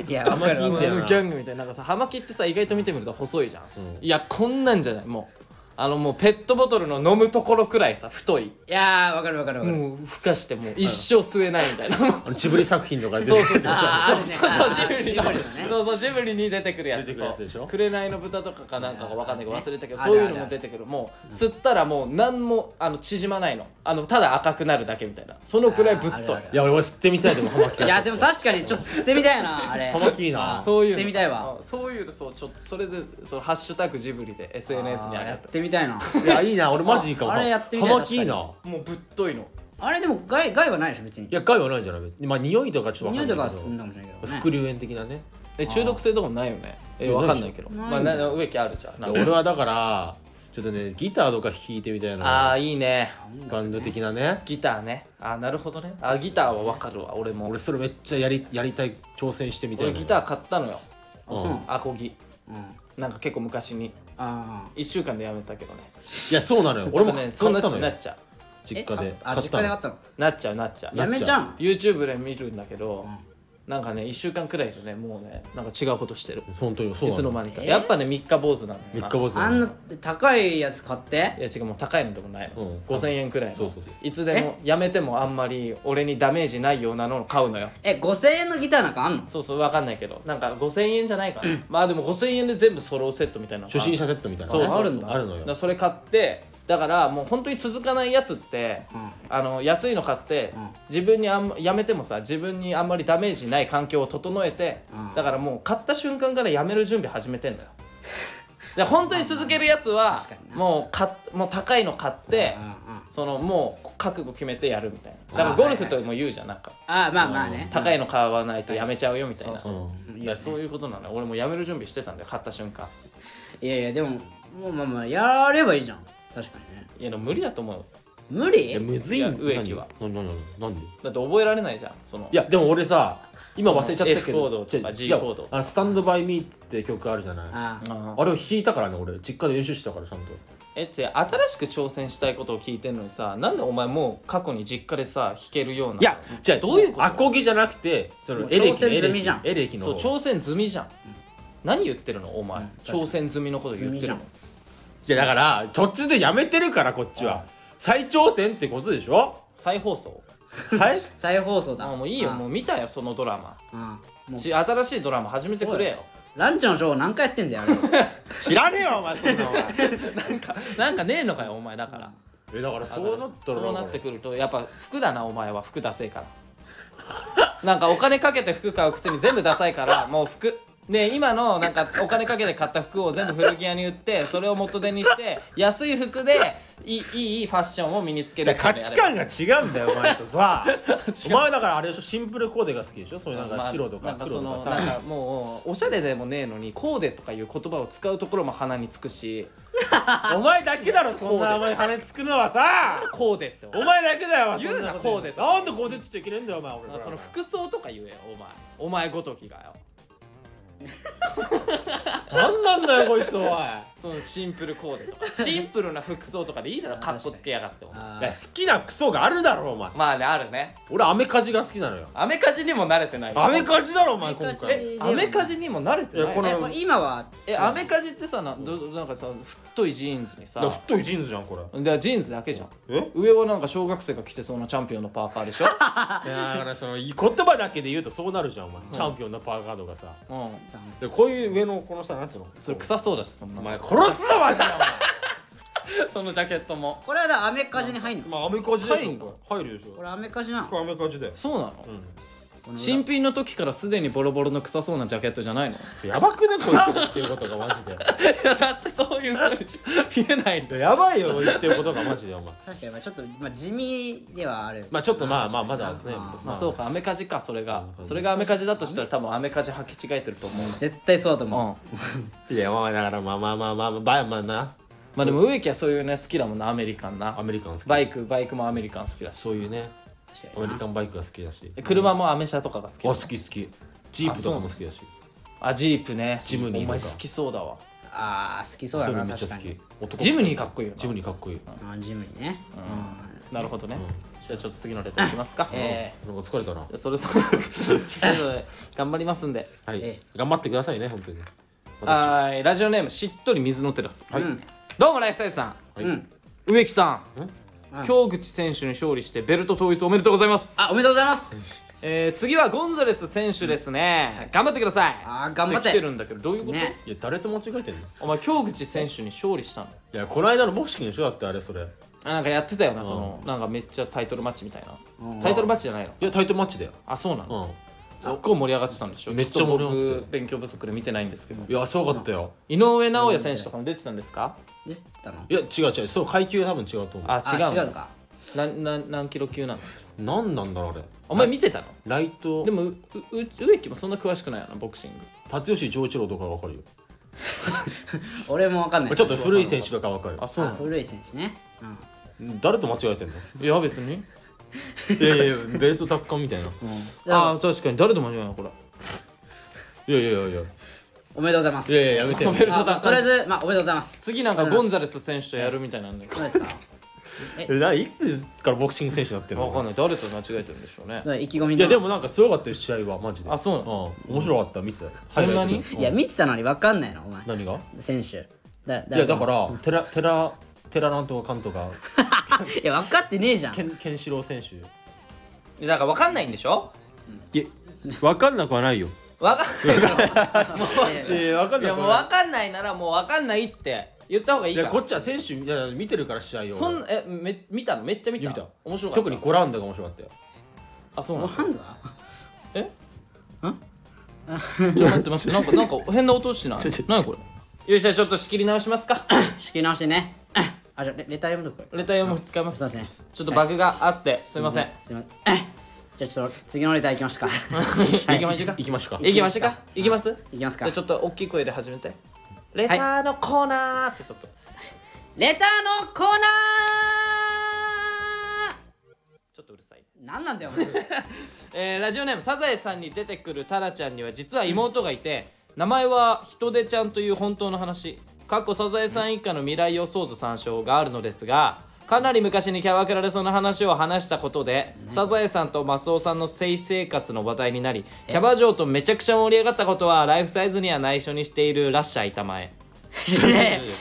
いやわかる葉わ巻かいいるねのギャングみたいななんかさ葉巻ってさ意外と見てみると細いじゃん、いやこんなんじゃないもうあのもうペットボトルの飲むところくらいさ太いいやーわかるわかるわかるもうふかしてもう一生吸えないみたいなもうあのジブリ作品とかでそうそうそうあーそうそうジあブるねリのあージブリのねそうそうジブリに出てくるやつ出てくるやつでしょそう紅の豚とかかなんかがわかんないけどあるある忘れたけどあそるあうるいうのも出てくるもう吸ったらもう何もあの縮まないのあのただ赤くなるだけみたいなそのくらいぶっあーあとるあいるいや俺も吸ってみたいでも葉巻いやでも確かにちょっと吸ってみたいなあれ葉巻いいなそういうの吸ってみたいわうんそういうのそうちょっとそれでそうハッシュタグジブリで SNS に上あーげやっててみたいないやいいな俺マジいいかもああれやってみたい葉巻いいなもうぶっといのあれでも害害はないでしょ別にいや害はないんじゃない別にまあ匂いとかちょっと匂わいかとんかなはすんだいけどもしれないけどね副流煙的なねえ中毒性とかもないよねえいやわかんないけどないまあな植木あるじゃんいなやんか俺はだからちょっとねギターとか弾いてみたいあなあいいねバンド的なねギターねあーなるほどねあーギターはわかるわ俺も俺それめっちゃやりやりたい挑戦してみたい俺なギター買ったのよあそうなのアコギうんなんか結構昔にあ1週間でやめたけどねいやそう なのよ俺もやっぱ買ねっそうなたっちゃうのなよっちゃー実家でえああ実家で買ったのうなっちゃうなっちゃうなやっめちゃうの YouTube で見るんだけど、なんかね1週間くらいでねもうねなんか違うことしてる本当にそういなつのの間にかえやっぱね三日坊主なのよ三日坊主あなんのな高いやつ買っていや違うもう高いのでもないの、うん5000円くらいのそうそうそういつでもやめてもあんまり俺にダメージないようなのを買うのよえ5000円のギターなんかあんのそうそうわかんないけどなんか5000円じゃないかな、まあでも5000円で全部ソロセットみたいなのが初心者セットみたいなそうそうそうあるんだあるのだからよそれ買ってだからもう本当に続かないやつって、うんあの安いの買って、うん自分にあんまやめてもさ自分にあんまりダメージない環境を整えて、うんだからもう買った瞬間からやめる準備始めてんだよで本当に続けるやつは確かになもうかもう高いの買ってうんうんあそのもう覚悟決めてやるみたいなだかあらーゴルフとも言うじゃんなんかあまあまあね高いの買わないとやめちゃうよみたいな、そううんうんいいややそういうことなのよ俺もうやめる準備してたんだよ買った瞬間いやいやでももうまあまあやればいいじゃん確かにねいやでも無理だと思うよ無いや理むずいんだいや植木は何何何でだって覚えられないじゃんそのいやでも俺さ今忘れちゃったけど F コードとか G いやコードあのスタンドバイミーって曲あるじゃないあああれを弾いたからね俺実家で練習してたからちゃんとえって新しく挑戦したいことを聞いてんのにさなんでお前もう過去に実家でさ弾けるようないいやじゃあどういうことアコギじゃなくてそのもうエレ挑キ戦済みじゃんエレキのそう方挑戦済みじゃん、何言ってるのお前、確かに挑戦済みのこと言って済みるじゃんのいやだから途中でやめてるからこっちは再挑戦ってことでしょ再放送はい再放送だあもういいよあもう見たよそのドラマあし新しいドラマ始めてくれよランチのショー何回やってんだよあれ知らねえよお前そんなお前なんかねえのかよお前だから えだからそうなったらそうなってくるとやっぱ服だなお前は服出せえからなんかお金かけて服買うくせに全部ダサいからもう服ね今のなんかお金かけて買った服を全部古着屋に売ってそれを元手にして安い服でいいいいファッションを身につけるだから価値観が違うんだよお前 とさお前だからあれでしょシンプルコーデが好きでしょそういうなんまかあ白となかんか黒そとかのさ、なんかもうおしゃれでもねえのにコーデとかいう言葉を使うところも鼻につくし お前だけだろそんなお前羽つくのはさコーデっておお前前だけだよ言うなそんことコーデとなんでコーデって言っちゃいけねえんだよお前俺まあらその服装とか言えよお前お前ごときがよなんなんだよこいつお前 いやそのシンプルコーデとかシンプルな服装とかでいいだろかっこつけやがってお前あ好ーきなクソがあるだろお前まあねあるね俺アメカジが好きなのよアメカジにも慣れてないよアメカジだろお前ア今メカジ回えアメカジにも慣れていなやいこのええこれ今はえアメカジってさなどなんかさ太いジーンズにさだから太いジーンズじゃんこれでジーンズだけじゃんえ上はなんか小学生が着てそうなチャンピオンのパーカーで しょ、いやだからその言葉だけで言うとそうなるじゃんお前チャンピオンのパーカードがさうん、でこういう上のこの下なんつうのそれ臭そうだしそんなお前殺すぞマジで そのジャケットもこれはだからアメカジに入んのお前まあアメカジでし入んょのこれ入るでしょこれアメカジなのこれアメカジだよそうなの、この裏新品の時からすでにボロボロの臭そうなジャケットじゃ ないのいやばくねこいつが言ってることがマジでやだってそういうのにしか見えないんだよやばいよ言ってることがマジでお前確かにまあちょっと、まあ、地味ではあるまあちょっとまあまあまだですねまあまあそうかアメカジかそれがそれがアメカジだとしたら多分アメカジ履き違えてると思う絶対そうだと思う、うんいやまあだからまあまあまあまあまあまあなまあでも植木はそういうね好きだもんなアメリカンアなメリカン好きバイクバイクもアメリカン好きだしそういうね確アかメにリなカンバイクが好きだしえ車もアメ車とかが好きあだ好き好きジープとかも好きだしあジープねジムニーおとか前好きそうだわあー好きそうそだれなめっちゃ確好かにき男ジムニーかっこいいよなジムニーかっこいいあージムにね、うんなるほどねじゃあちょっと次のレターいきますかえなんか疲れたなじゃあそれ それそれぞれ頑張りますんではいえ頑張ってくださいね本当にはーいラジオネームしっとり水のテラスはいうんどうもライフサイズさんはいうん植木さんん京口選手に勝利してベルト統一おめでとうございますあおめでとうございますえー次はゴンザレス選手ですね、頑張ってくださいあー頑張って来てるんだけどどういうこと、ねいや誰と間違えてんのお前京口選手に勝利したのいやこの間のボクシングでしょだってあれそれあなんかやってたよなそのなんかめっちゃタイトルマッチみたいうんなタイトルマッチじゃないのいやタイトルマッチだよあそうなうのんすっごい盛り上がってたんでしょめっちゃ盛り上ちょがってたよっと僕勉強不足で見てないんですけどいやすごかったよ井上尚弥選手とかも出てたんですかでしたのいや違う違うそう階級多分違うと思うあ違うあん違だうのかなな何キロ級なの何なんだろうあれお前見てたのライトでもうう植木もそんな詳しくないよなボクシング辰吉丈一郎とかわかるよ俺もわかんないちょっと古い選手とかわかるよあそうなあの古い選手ね、うん誰と間違 えてんのいや別にいやいやベルト奪還みたいなああ確かに誰と間違いないこれいやいやいやいやおめでとうございますいやいややめ てよベルあトまだあとりあえずまあおめでとうございます次なんかゴンザレス選手とやるみたいなんだけどうですかえないつからボクシング選手になってんどわかんのない誰と間違えてるんでしょうねどう意気込みいどやうでもなんかすごかったよ試合はマジであそうなのうん面白かった見てたよそんなにハイライトでいや見てたのにわかんないのお前何が選手だいやだから寺寺寺なんとか監督が いや分かってねえじゃん健健志郎選手いやだからわかんないんでしょいや分かんなくはないよわかんないよいや分かんいなやくもうはわかんないならもうわかんないって言った方がいないいかいやらこっちは選手いや見てるから試合をそんえめ見たのめっちゃ見いやた見た面白かった特に5ラウンドが面白かったよあそうなのなんだえんちょ待って待ってなんかなんか変な音してない何これよしじゃあちょっと仕切り直しますか仕切り直してね あじゃあレレター読むとこれレター読む使いますすいませんちょっとバグがあってすいませんすいません じゃあちょっと次のレターいきま しょうかは行いきましょうか行きましょうか行きましょうか行きますいきますかじゃあちょっと大きい声で始めてレターのコーナーってちょっとレターのコーナちょっとうるさいーなんなんだよお前えーラジオネームサザエさんに出てくるタラちゃんには実は妹がいて、名前はヒトデちゃんという本当の話かっこサザエさん一家の未来予想図参照があるのですがかなり昔にキャバクラでその話を話したことで、サザエさんとマスオさんの性生活の話題になりキャバ嬢とめちゃくちゃ盛り上がった ことはライフサイズには内緒にしているらっしゃいたまえ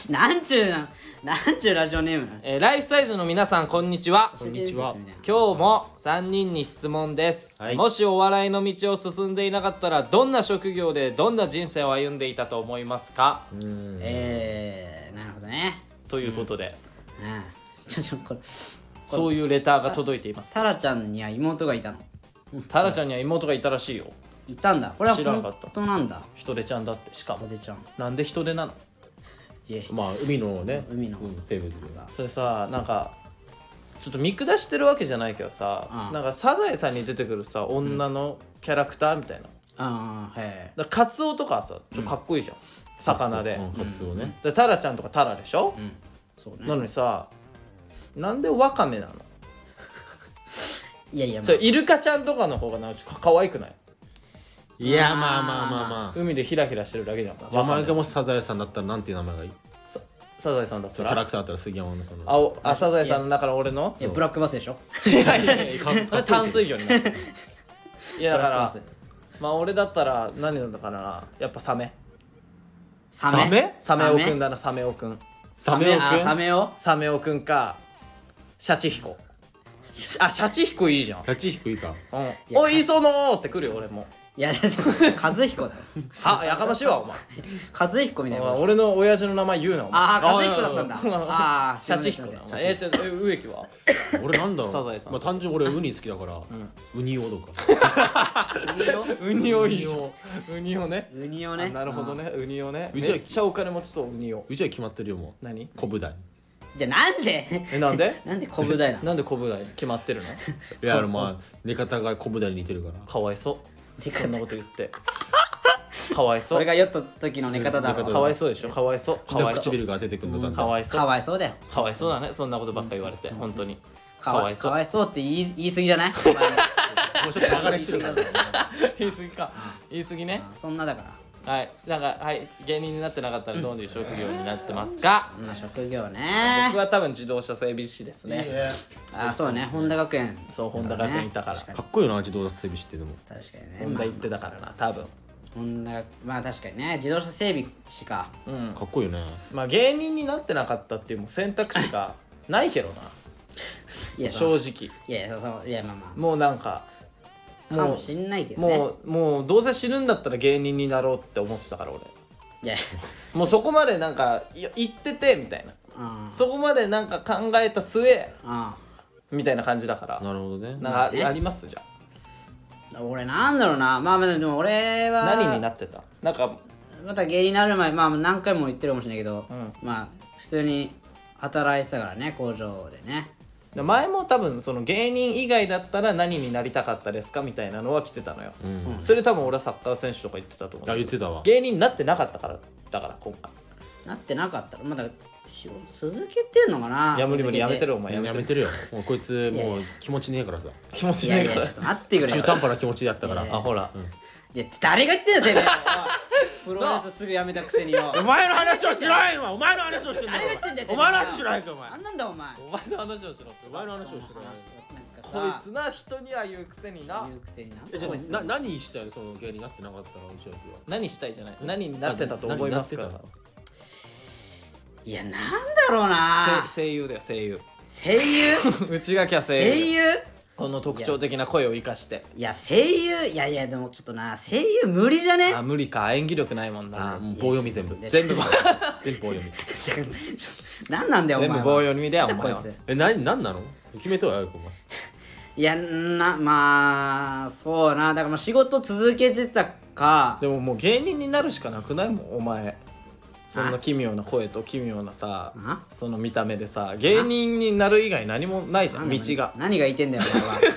なんちゅうななんちゅうラジオネームなのえーライフサイズの皆さんこんにちはこんにちは都市伝説みたいな今日も3人に質問です、はいもしお笑いの道を進んでいなかったらどんな職業でどんな人生を歩んでいたと思いますかえー、なるほどねということで、うんちょちょこれそういうレターが届いていますタラちゃんには妹がいたのタラちゃんには妹がいたらしいよいたんだこれは知らなかった本当なんだヒトデちゃんだってしかおもでちゃんなんでヒトデなのいえまあ海のね海のうん生物でそれさなんかちょっと見下してるわけじゃないけどさ、うんなんかサザエさんに出てくるさ女のキャラクターみたいな、ああはいだからカツオとかさちょっとかっこいいじゃん、魚で、うんカツオねでタラちゃんとかタラでしょ、そうなねのにさなんでワカメなのいやいやそれイルカちゃんとかの方がなんかちょっと可愛くないいやまあまあまあまあ海でヒラヒラしてるだけじゃん名前がワカメもしサザエさんだったらなんていう名前がいいサザエさんだったキャラらクターだったら杉山のかなあおあサザエさんだから俺のいやブラックバスでしょいやいやいやそれ淡水魚になるいやだかブラッらクバスまあ俺だったら何なんだかなやっぱサメササメサメオくんだなサメオくんサメオくあサんメをサメオくんかシャチヒコあシャチヒコいいじゃん、キャッチ低いかうん、おいそのーってくるよ俺もいや和彦だよあやかましいわお前和彦みたいな お前こと俺の親父の名前言うなお前ああ和彦だったんだ おいおいおいああシャチヒコなお前えちょえ植木は俺なんだろうサザエさんまあ単純に俺ウニ好きだからウニオとか ウニをいいじゃんウニをねウニをあねなるほどねウニをねうめちはっちゃお金持ちそうウニをうちは決まってるよも う何コブダイうんじゃあなんで えなんでなんでコブ ダイなのなんでコブダイ決まってるのいやまあ寝方がコブダイに似てるからかわいそうそんなこと言ってかわいそ俺うが酔った時の寝方だ寝方ろかわいそうでしょかわいそうか下わいそう唇が出てくるのだんだかんわいそうかわいそうだよかわいそうだねそんなことばっか言われて本当にかかわわいいそそううかわいそうって言い言い過ぎじゃ ないお前もうちょっとバカにしてるから言い過ぎか言い過ぎねそんなだからはいなんかはい芸人になってなかったらどういう職業になってますかこんな職業僕ねは多分自動車整備士ですねあそうね本田学園そう本田学園いたから確かかっこいいよな自動車整備士ってでもに確かにね本ま田あ行ってたからな多分本田まあ確かにね自動車整備士かうんかっこいいよねまあ芸人になってなかったっていうもう選択肢がないけどないやそう正直いやいやそうそういやまあまもうなんかあかももしんないけうどねもうもうどうせ死ぬんだったら芸人になろうって思ってたから俺いや もうそこまでなんかいや行っててみたいなあそこまでなんか考えた末あみたいな感じだからなるほどねなんまあかねあありますじゃ俺なんだろうなまあまあでも俺あは何になってたなんかまた芸人になる前まあ何回も言ってるかもしれないけど、うんまあ普通に働いてたからね工場でね前も多分その芸人以外だったら何になりたかったですかみたいなのは来てたのよ、うんそれ多分俺はサッカー選手とか言ってたと思あう言ってたわ芸人になってなかったからだから今回なってなかったらまだ仕事続けてんのかないや無理無理やめてるろお前やめやてめるてるよもうこいついやもう気持ちねえからさ気持ちいなやいいかやらちょっと待ってくれ中よ途半端な気持ちだったからあほら、いや誰が言ってんだてめえおいプロレスすぐやめたくせによお前の話をしろいお前の話をしてんだ誰が言ってんだよお前の話しろいかお前なんなんだお前お前の話をしろお前の話をしなんこかいさつな人には言うくせにな言うくせになんえだじこいゃつあな何したいその芸になってなかったのうちは何したいじゃない何になってたと思いますかいやなんだろうなせ声優だよ声優声優内垣は声優声優この特徴的な声を生かしていや声優いやいやでもちょっとな声優無理じゃねあ無理か演技力ないもんな、もう棒読み全部いや全部全部棒読みなんなんだよお前全部は棒読みだよお前こはいつえ何何なの決めたわよお前いやなまあそうなだからまあ仕事続けてたかでももう芸人になるしかなくないもんお前そんな奇妙な声と奇妙なさあその見た目でさ芸人になる以外何もないじゃん道が何が言ってんだよ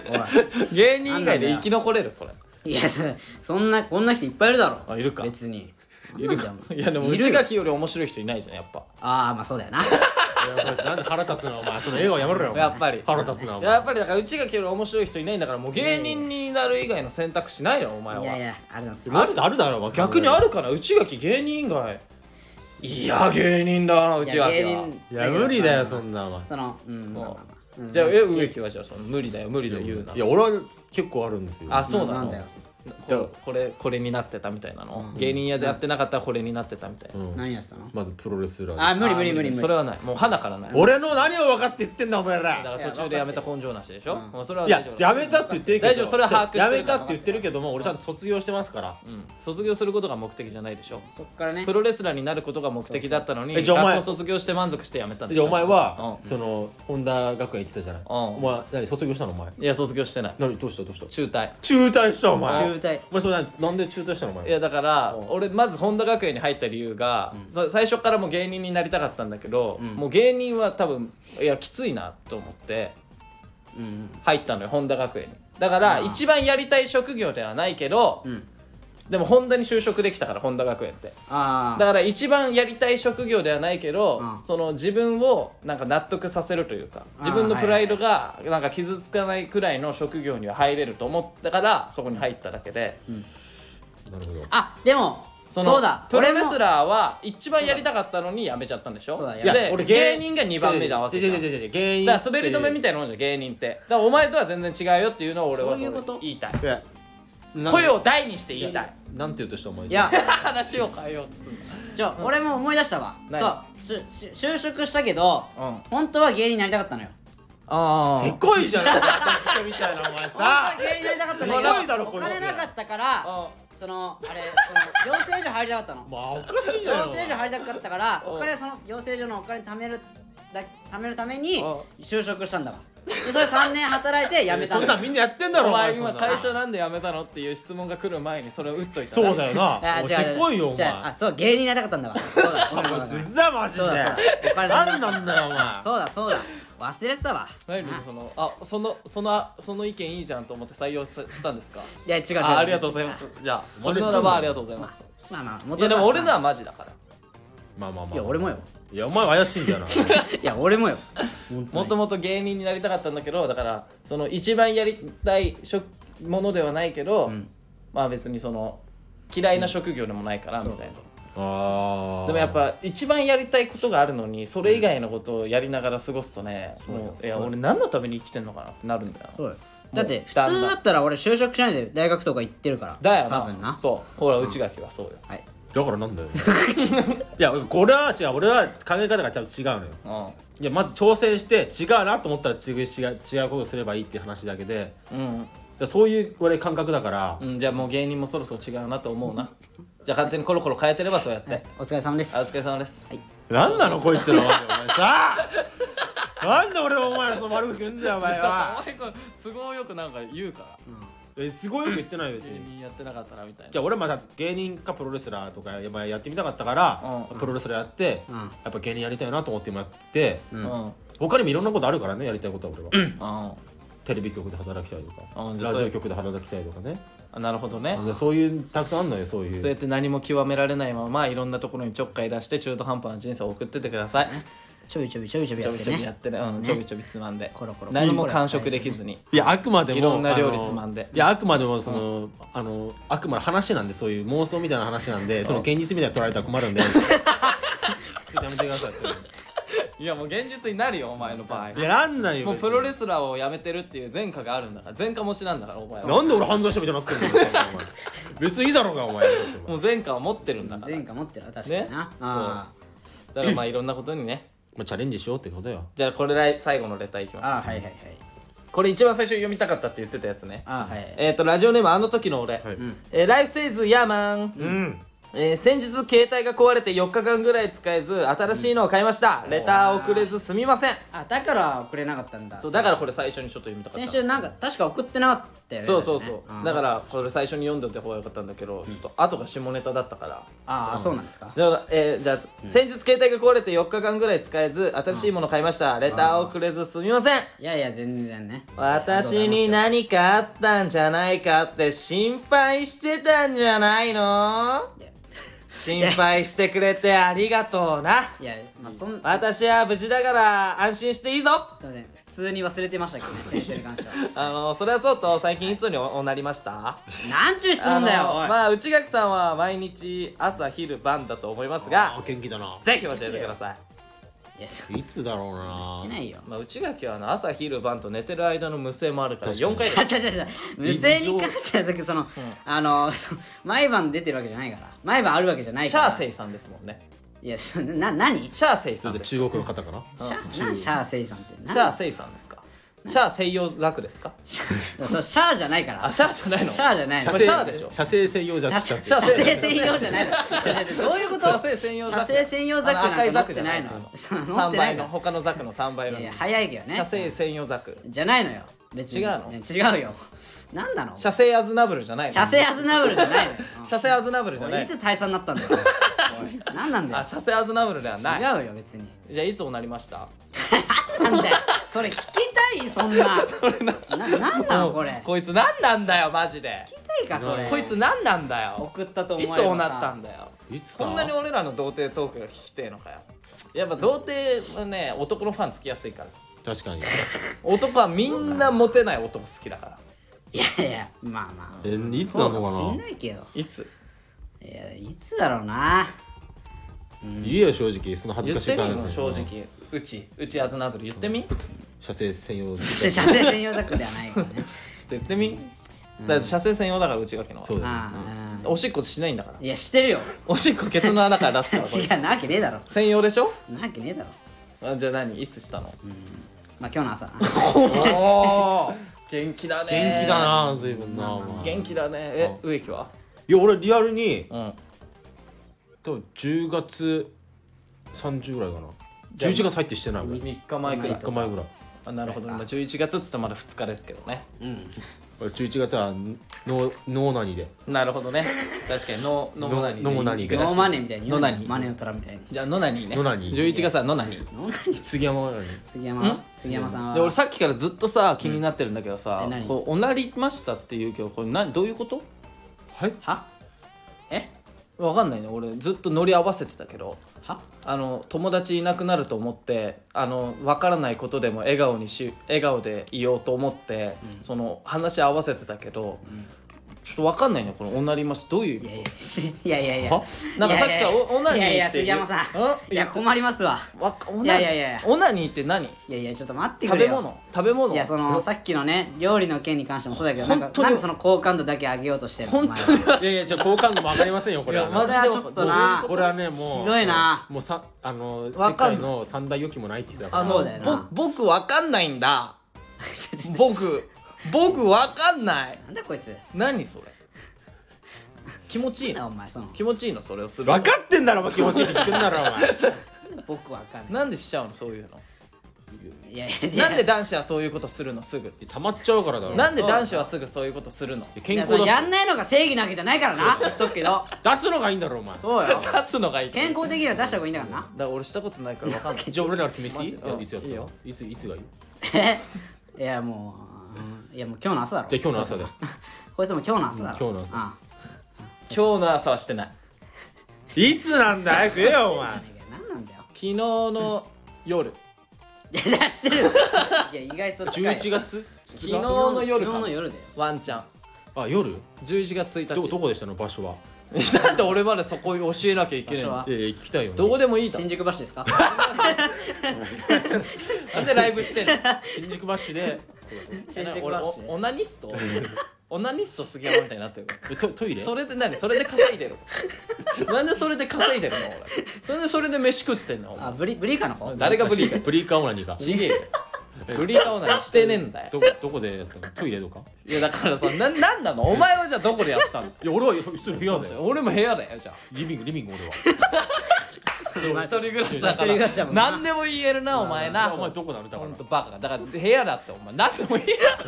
俺 は芸人以外で生き残れるそれおいいやそそんなこんな人いっぱいいるだろあいるか別にいるかいやでもいるよ内垣より面白い人いないじゃんやっぱああまあそうだよ ななんで腹立つのお前 その笑顔やめろよお前やっぱり腹立つなお前やっぱりだから内垣より面白い人いないんだからもう芸人になる以外の選択肢ないよお前いやいはやありがとうございますあるあるだろお前逆にあるかな内垣芸人以外いや芸人だな内いや芸垣は人いや無理だよそのんなお前そのうんまあまあまあうんじゃあえ植木はじゃあその無理だよ無理だよ言うないや俺は結構あるんですよあそうななんのだよここれこれになってたみたいなの、芸人やでやってなかったらこれになってたみたいな、うん何やってたのまずプロレスラーあで無理無理無理無理それはないもう肌からない俺の何を分かって言ってんだお前だらから途中でやめた根性なしでしょ、もうそれはいや大丈夫やめたって言ってるけど大丈夫それは把握してるやめたって言ってるけども俺ちゃんと卒業してますからうん、卒業することが目的じゃないでしょそっからねプロレスラーになることが目的だったのにえじゃあお前学校卒業して満足してやめたんでしじゃょあお前はうんその本田学園行ってたじゃないんお前何卒業したのお前いや卒業してない何どうしたどうした中退中退したお前中退お前それ何なんで中退したのお前いやだからうん俺まず本田学園に入った理由が、そ最初からもう芸人になりたかったんだけど、もう芸人は多分いやきついなと思ってうんうん入ったのよ本田学園にだからあー一番やりたい職業ではないけど、んでも本田に就職できたから本田学園ってあだから一番やりたい職業ではないけど、うんその自分をなんか納得させるというか自分のプライドがなんか傷つかないくらいの職業には入れると思ったからそこに入っただけで、なるほどあでもそのうだプロレスーラーは一番やりたかったのにやめちゃったんでしょそうだでいや俺芸人が2番目じゃんわけじゃん違う違う違う違う芸人だから滑り止めみたいなもんじゃん芸人ってだからお前とは全然違うよっていうのを俺はそういうこと言いたいいやなん声を大にして言いた いなんて言うとしたお前いや話を変えようとするじゃあ俺も思い出したわ何そうしし就職したけどうん本当は芸人になりたかったのよあせこいじゃん私みたいなお前さ芸人になりたかったんすごだいけだろどおこの金なかったからあそのあれその養成所入りたかったのまあおかしいんだよ養成所入りたかったからうんお金その養成所のお金貯めるだ貯めるためにうん就職したんだわでそれ3年働いて辞めたそんのなんみんなやってんだろお前そんな今の会社なんで辞めたのっていう質問が来る前にそれを打っといたそうだよなあ お前違うせこいよお違う前あそう芸人になりたかったんだわそうだごめんごめんごめんずだマジでそうだそうだお金何なんだよお前そうだそうだ忘れてたわ何そのあそのそのその意見いいじゃんと思って採用さしたんですかいや違う違うあありがとうございますじゃあそそれれすんなのらばありがとうございますまあまあい元々やでも俺のまはマジだからまあまあまああいや俺もよいやお前は怪しいんだよないや俺もよもともと芸人になりたかったんだけどだからその一番やりたい職ものではないけど、んまあ別にその嫌いな職業でもないからみたいな、あーでもやっぱ一番やりたいことがあるのにそれ以外のことをやりながら過ごすとね、もういや俺何のために生きてんのかなってなるんだよそうよだってもう普通だったら俺就職しないで大学とか行ってるからだよ多な分なそうほら内垣はそうよ、はいだからなんだよいやこれは違う俺は考え方が多分違うのよういやまず調整して違うなと思ったら違う違う違うことすればいいっていう話だけでん、でそういう俺感覚だからうん、じゃあもう芸人もそろそろ違うなと思うなじゃあ勝手にコロコロ変えてればそうやって、はいお疲れ様ですあお疲れ様です何なのこいつらお前さあなんで俺お前らその悪く言うんだよお前は お前これ都合よくなんか言うからえすごいよく言ってないよ別芸に人やってなかったなみたいじゃなあ俺はまだ芸人かプロレスラーとかやまあやってみたかったから、うんプロレスラーやって、うんやっぱ芸人やりたいなと思って今やって、うん他にもいろんなことあるからねやりたいことは俺は、うんうんテレビ局で働きたいとうかんじゃあラそうジオ局で働きたいとかね、あなるほどねでそういうたくさんあんのよそういうそうやって何も極められないままいろんなところにちょっかい出して中途半端な人生を送ってってくださいちょびちょびちょびちょびちやょっびてちょびやねってねうんちょびちょびつまんでコロコロ何も完食できずにいやあくまでもいろんな料理あのつまんでいやあくまでもその、あのあくまで話なんでそういう妄想みたいな話なんでその現実みたいに取られたら困るん でちょっとやめてくださいそれいやもう現実になるよお前の場合いやなんないよもうプロレススラーを辞めてるっていう前科があるんだから前科持ちなんだからお前はなんで俺犯罪者みたいになってんのよお前別にいいだろうがお前もう前科を持ってるんだから前科持ってるわ確かになねあだからまあいろんなことにねまあ、チャレンジしようってことよじゃあこれで最後のレターいきーますあーはいはいはいこれ一番最初読みたかったって言ってたやつねあーはいえっ、とラジオネームあの時の俺、いんえーライフセイズヤーマン、うんえー先日携帯が壊れて4日間ぐらい使えず新しいのを買いました、レター遅れずすみませんあだから送れなかったんだそうだからこれ最初にちょっと読みたかっ先た週なんか確か送ってなかったよねそうそうそうだかららこれ最初に読んでおいた方がよかったんだけどちょっと後が下ネタだったからああそうなんですかじゃあ、えーじゃあ、先日携帯が壊れて4日間ぐらい使えず新しいもの買いました、レター遅れずすみませんいやいや全然ね私に何かあったんじゃないかって心配してたんじゃないのいや心配してくれてありがとうないやまあそん私は無事だから安心していいぞすいません普通に忘れてましたけどね先週に関して はあのそれはそうと最近いつにおおなりましたなんちゅう質問だよあのおいまあ内垣さんは毎日朝昼晩だと思いますが元気だなぜひ教えてくださいいやそいつだろううなないよまあ、内垣はあの朝昼晩と寝てる間の無声もあるから確かに4回ちゃちゃちゃちゃ無声に関してはだけどその、あの その毎晩出てるわけじゃないから毎晩あるわけじゃないシかャらーセイさんですもんねいやそな何シシャーセイちょさっんとですシ中国の方かなャなシャーセイさんって何ャーセイさんですかシャー西洋楽ですかそうシャーじゃないからあシャーじゃないのシャーじゃないの射精シャーでしょ射精専用じゃ射な射くシャー精専用じゃないのちょちょちょどういうこと射精専用ザク射精専用ザクあの赤ないんザて持クってじゃなないいのの持っ3てない倍のの他のザクの3倍いのやいや早いけどね射精専用ザクじゃないのよ別に違うのね違うよ何なの射精アズナブルじゃないの射精アズナブルじゃないのようん射精アズナブルじゃな俺いいつ退散にな ったんだよおい何なんだあ射精アズナブルではないよ違うよ別にじゃあいつおなりましたなんだよそれ聞きたいそん なななんなのこれ聞こいつ何なんだよマジできたいかそれこいつ何なんだよ送ったと思いえばつさおなったんだよいつかこんなに俺らの童貞トークが聞きてえのかよやっぱ童貞はね男のファンつきやすいから確かに男はみんなモテない男好きだからいやいやまあまあえいつそなうかのもかしんなないけどいついやいつだろうな言えよ正直その恥ず言かっしいてみ感よじ正直うちうちアズナブル言ってみ、ちょっと射精専用 射精専用ザクではないからね言ってみ、だって射精専用だから内垣のはそうだよああおしっこしないんだからうんいや知ってるよおしっこケツの穴から出す からこれ違うなわけねえだろ専用でしょなわけねえだろあじゃあ何いつしたのまあ今日 の朝なおー元気だね元気だな随分なお前い元気だねえ植木はや俺リアルにうん多分10月30ぐらいかな11月入ってしてない俺3 3日前くらい日前ぐらいあなるほど今11月っつってまだ2日ですけどね俺11月はノーノーナニで なるほどね確かにノーノーナニーでノーナニー行くらノしいーマネーみたいに言うなノナニマネーの虎みたいにじゃあノナニーねノナニー11月はノナニーノーマネ杉山なのに杉山は杉山さんはで俺さっきからずっとさ気になってるんだけどさえ何「こうおなりました」って言うけどこれ何どういうことはい はえわかんないね俺ずっと乗り合わせてたけどはあの友達いなくなると思ってあの分からないことでも笑顔にし笑顔でいようと思って、その話合わせてたけど、ちょっと分かんないねこのおなりましたどういう意い味やいやいやいやいやはなんかさっきからおオナニーっていやいや杉山さんんいや困りますわわオナいやいやいやオナニーって何いやいやちょっと待ってく食れべよ物食べ物いやそのさっきのね料理の件に関してもそうだけどなんか本当になんでその好感度だけ上げようとしてるの本当にお前はいやいやじゃあ好感度も上がりませんよこれはいやこマれジはちょっとなこれはねもうひどいなもうさあの世わかん界の三大良きもないって言ってたかあらのそうだよなぼ僕分かんないんだ僕僕分かんないなんだこいつ何それ気持ちいいなんだおの前その気持ちいいのそれをする分かってんだろお前気持ちいいって言ってんだろお前僕わかんななんでしちゃうのそういうのいいやいやいやなんで男子はそういうことするのすぐ溜まっちゃうからだろなんで男子はすぐそういうことするの健いや康それ出やすんないのが正義なわけじゃないからな言っとくけど出すのがいいんだろお前そうよ出すのがいい健だか康的には出した方がいいんだからなら俺したことないから分かんないじゃあ俺ら決めていいいマジうやんいつやったいいよのいついつがいいえいやもういやもう今日の朝だろじゃあ今日の朝だよこいつも今日の朝だろうん今日の朝あ今日の朝はしてないいつなんだ早く言えよおあ前何なんだよ昨日の夜いやいやしてるよいや意外と近い11月昨昨日の夜昨か日の夜だよワンチャンあ夜11月1日どどこでしたの場所は なんで俺までそこ教えなきゃいけな場い所のはいやいや聞きたいよどこでもいいだろ新宿橋ですかなんでライブしてんの新宿バッシュで新宿俺橋おオナニストオナニスト杉山みたいになってるえトトイレそれで何それで稼いでるのなんでそれで稼いでるの俺それでそれで飯食ってんのおあ前ブリブリーカの子誰がブリーカブリーカーオナニーかちげえよブリーカオナにしてねえんだよどどこでやったのトイレとかいやだからさななんなのお前はじゃあどこでやったのいや俺は普通の部屋だよ俺も部屋だよじゃあリビングリビング俺は一人暮らしだ一人か暮らしだらもんな何でも言えるなお前いやなお前どこなのだかほらんとバカだから部屋だってお前何でもいいやなん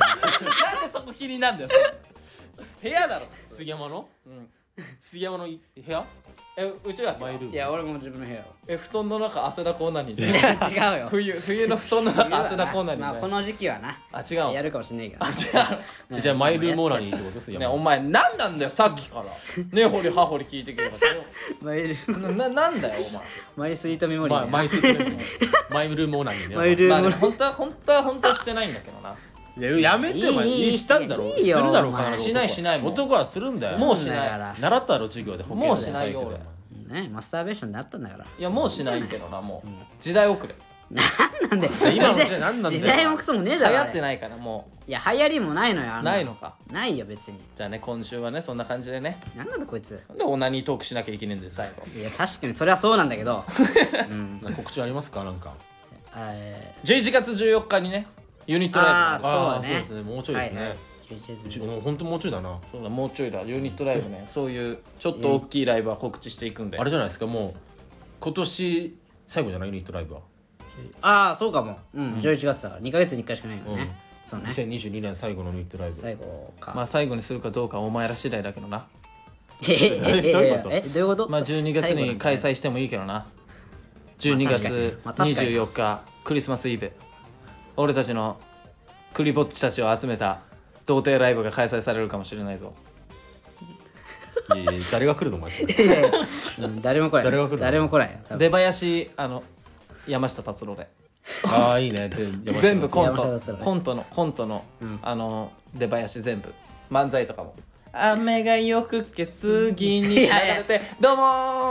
でそこ気になんだよそれ部屋だろ杉山のうん杉山のい部屋えうちはマイルームいや俺も自分の部屋え布団の中汗だこオナニーじゃんを違うよ 冬冬の布団の中汗だこオナニまあーじこゃんの時期はなあ違うのや るかもしれないけど違うのうん じゃあマイルームオナニーってこと杉ね山お前何なんだよさっきから根掘り葉掘り聞いてくればマイルなななんだよお前マイスイートメモリーまあねマイスイートねマイルームオナニーねマイルームまあね本当は本当は本当はしてないんだけどないややめてよお前いいいいしたんだろいいよするだろお前必ずしないしないもん男はするんだよもうそしんなないから習ったやろ授業で保もうしないよ保健体育でうんねマスターベーションであったんだからいやもうしないけどなもう時代遅れなんで今の時時代何なんだ時よ代もクソもねえ流だろ行あれってないからもいや流行りもないのよあうんないのかないよ別にじゃあね今週はねそんな感じでねなんなんだこいつなんでオナニートークしなきゃいけねえんで最後いや確かにそれはそうなんだけどうん告知ありますかなんかえ11月14日にねユニットライブあねそうだねあーそうですねもうちょいですね、はいはい11う月ちもう本当もうちょいだなそうだもうちょいだユニットライブねそういうちょっと大きいライブは告知していくんであれじゃないですかもう今年最後じゃないユニットライブはああそうかもうん11月だから2ヶ月に1回しかないようんねそうね2022年最後のユニットライブ最後まあか最後にするかどうかはお前ら次第だけどなえええええどういうことえどういうことまあ12月に開最後催してもいいけどな12まあ確かに月まあ確かに24日クリスマスイブ俺たちのクリぼっちたちを集めた童貞ライブが開催されるかもしれないぞいやいや誰が来るの マジでなんだようん誰も来ない誰が来るの誰も来ないよ多分出囃子あの山下達郎でああいいねで山下全部さんコン山下達ト郎ねコントのコントの、あの出囃子全部漫才とかも雨がよくけすぎ に流れて「どうも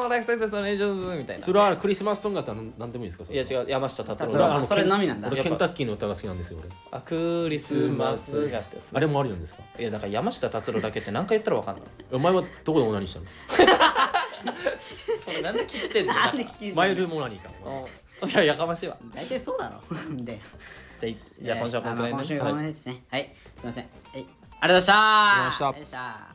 ーライフサイズのレイジョーズ」みたいなそれはクリスマスソングだったら何でもいいですかそいれや違う山下達郎達郎があそれのみなんだ俺やっぱケンタッキーの歌が好きなんですよ俺あクリスマスがってやつあれもあるんですかいやだから山下達郎だけって何回言ったらわかんないお前はどこでオナニーしたのそれなんで聞きてんのなんで聞きんのマイルモナニーかいややかましいわ大体そうだろでじゃあいじゃあ今週はこのくらいまあね今週ははこいの辺ですねはいすいませんはいありがとうございましたありがとうございましたありがとうございました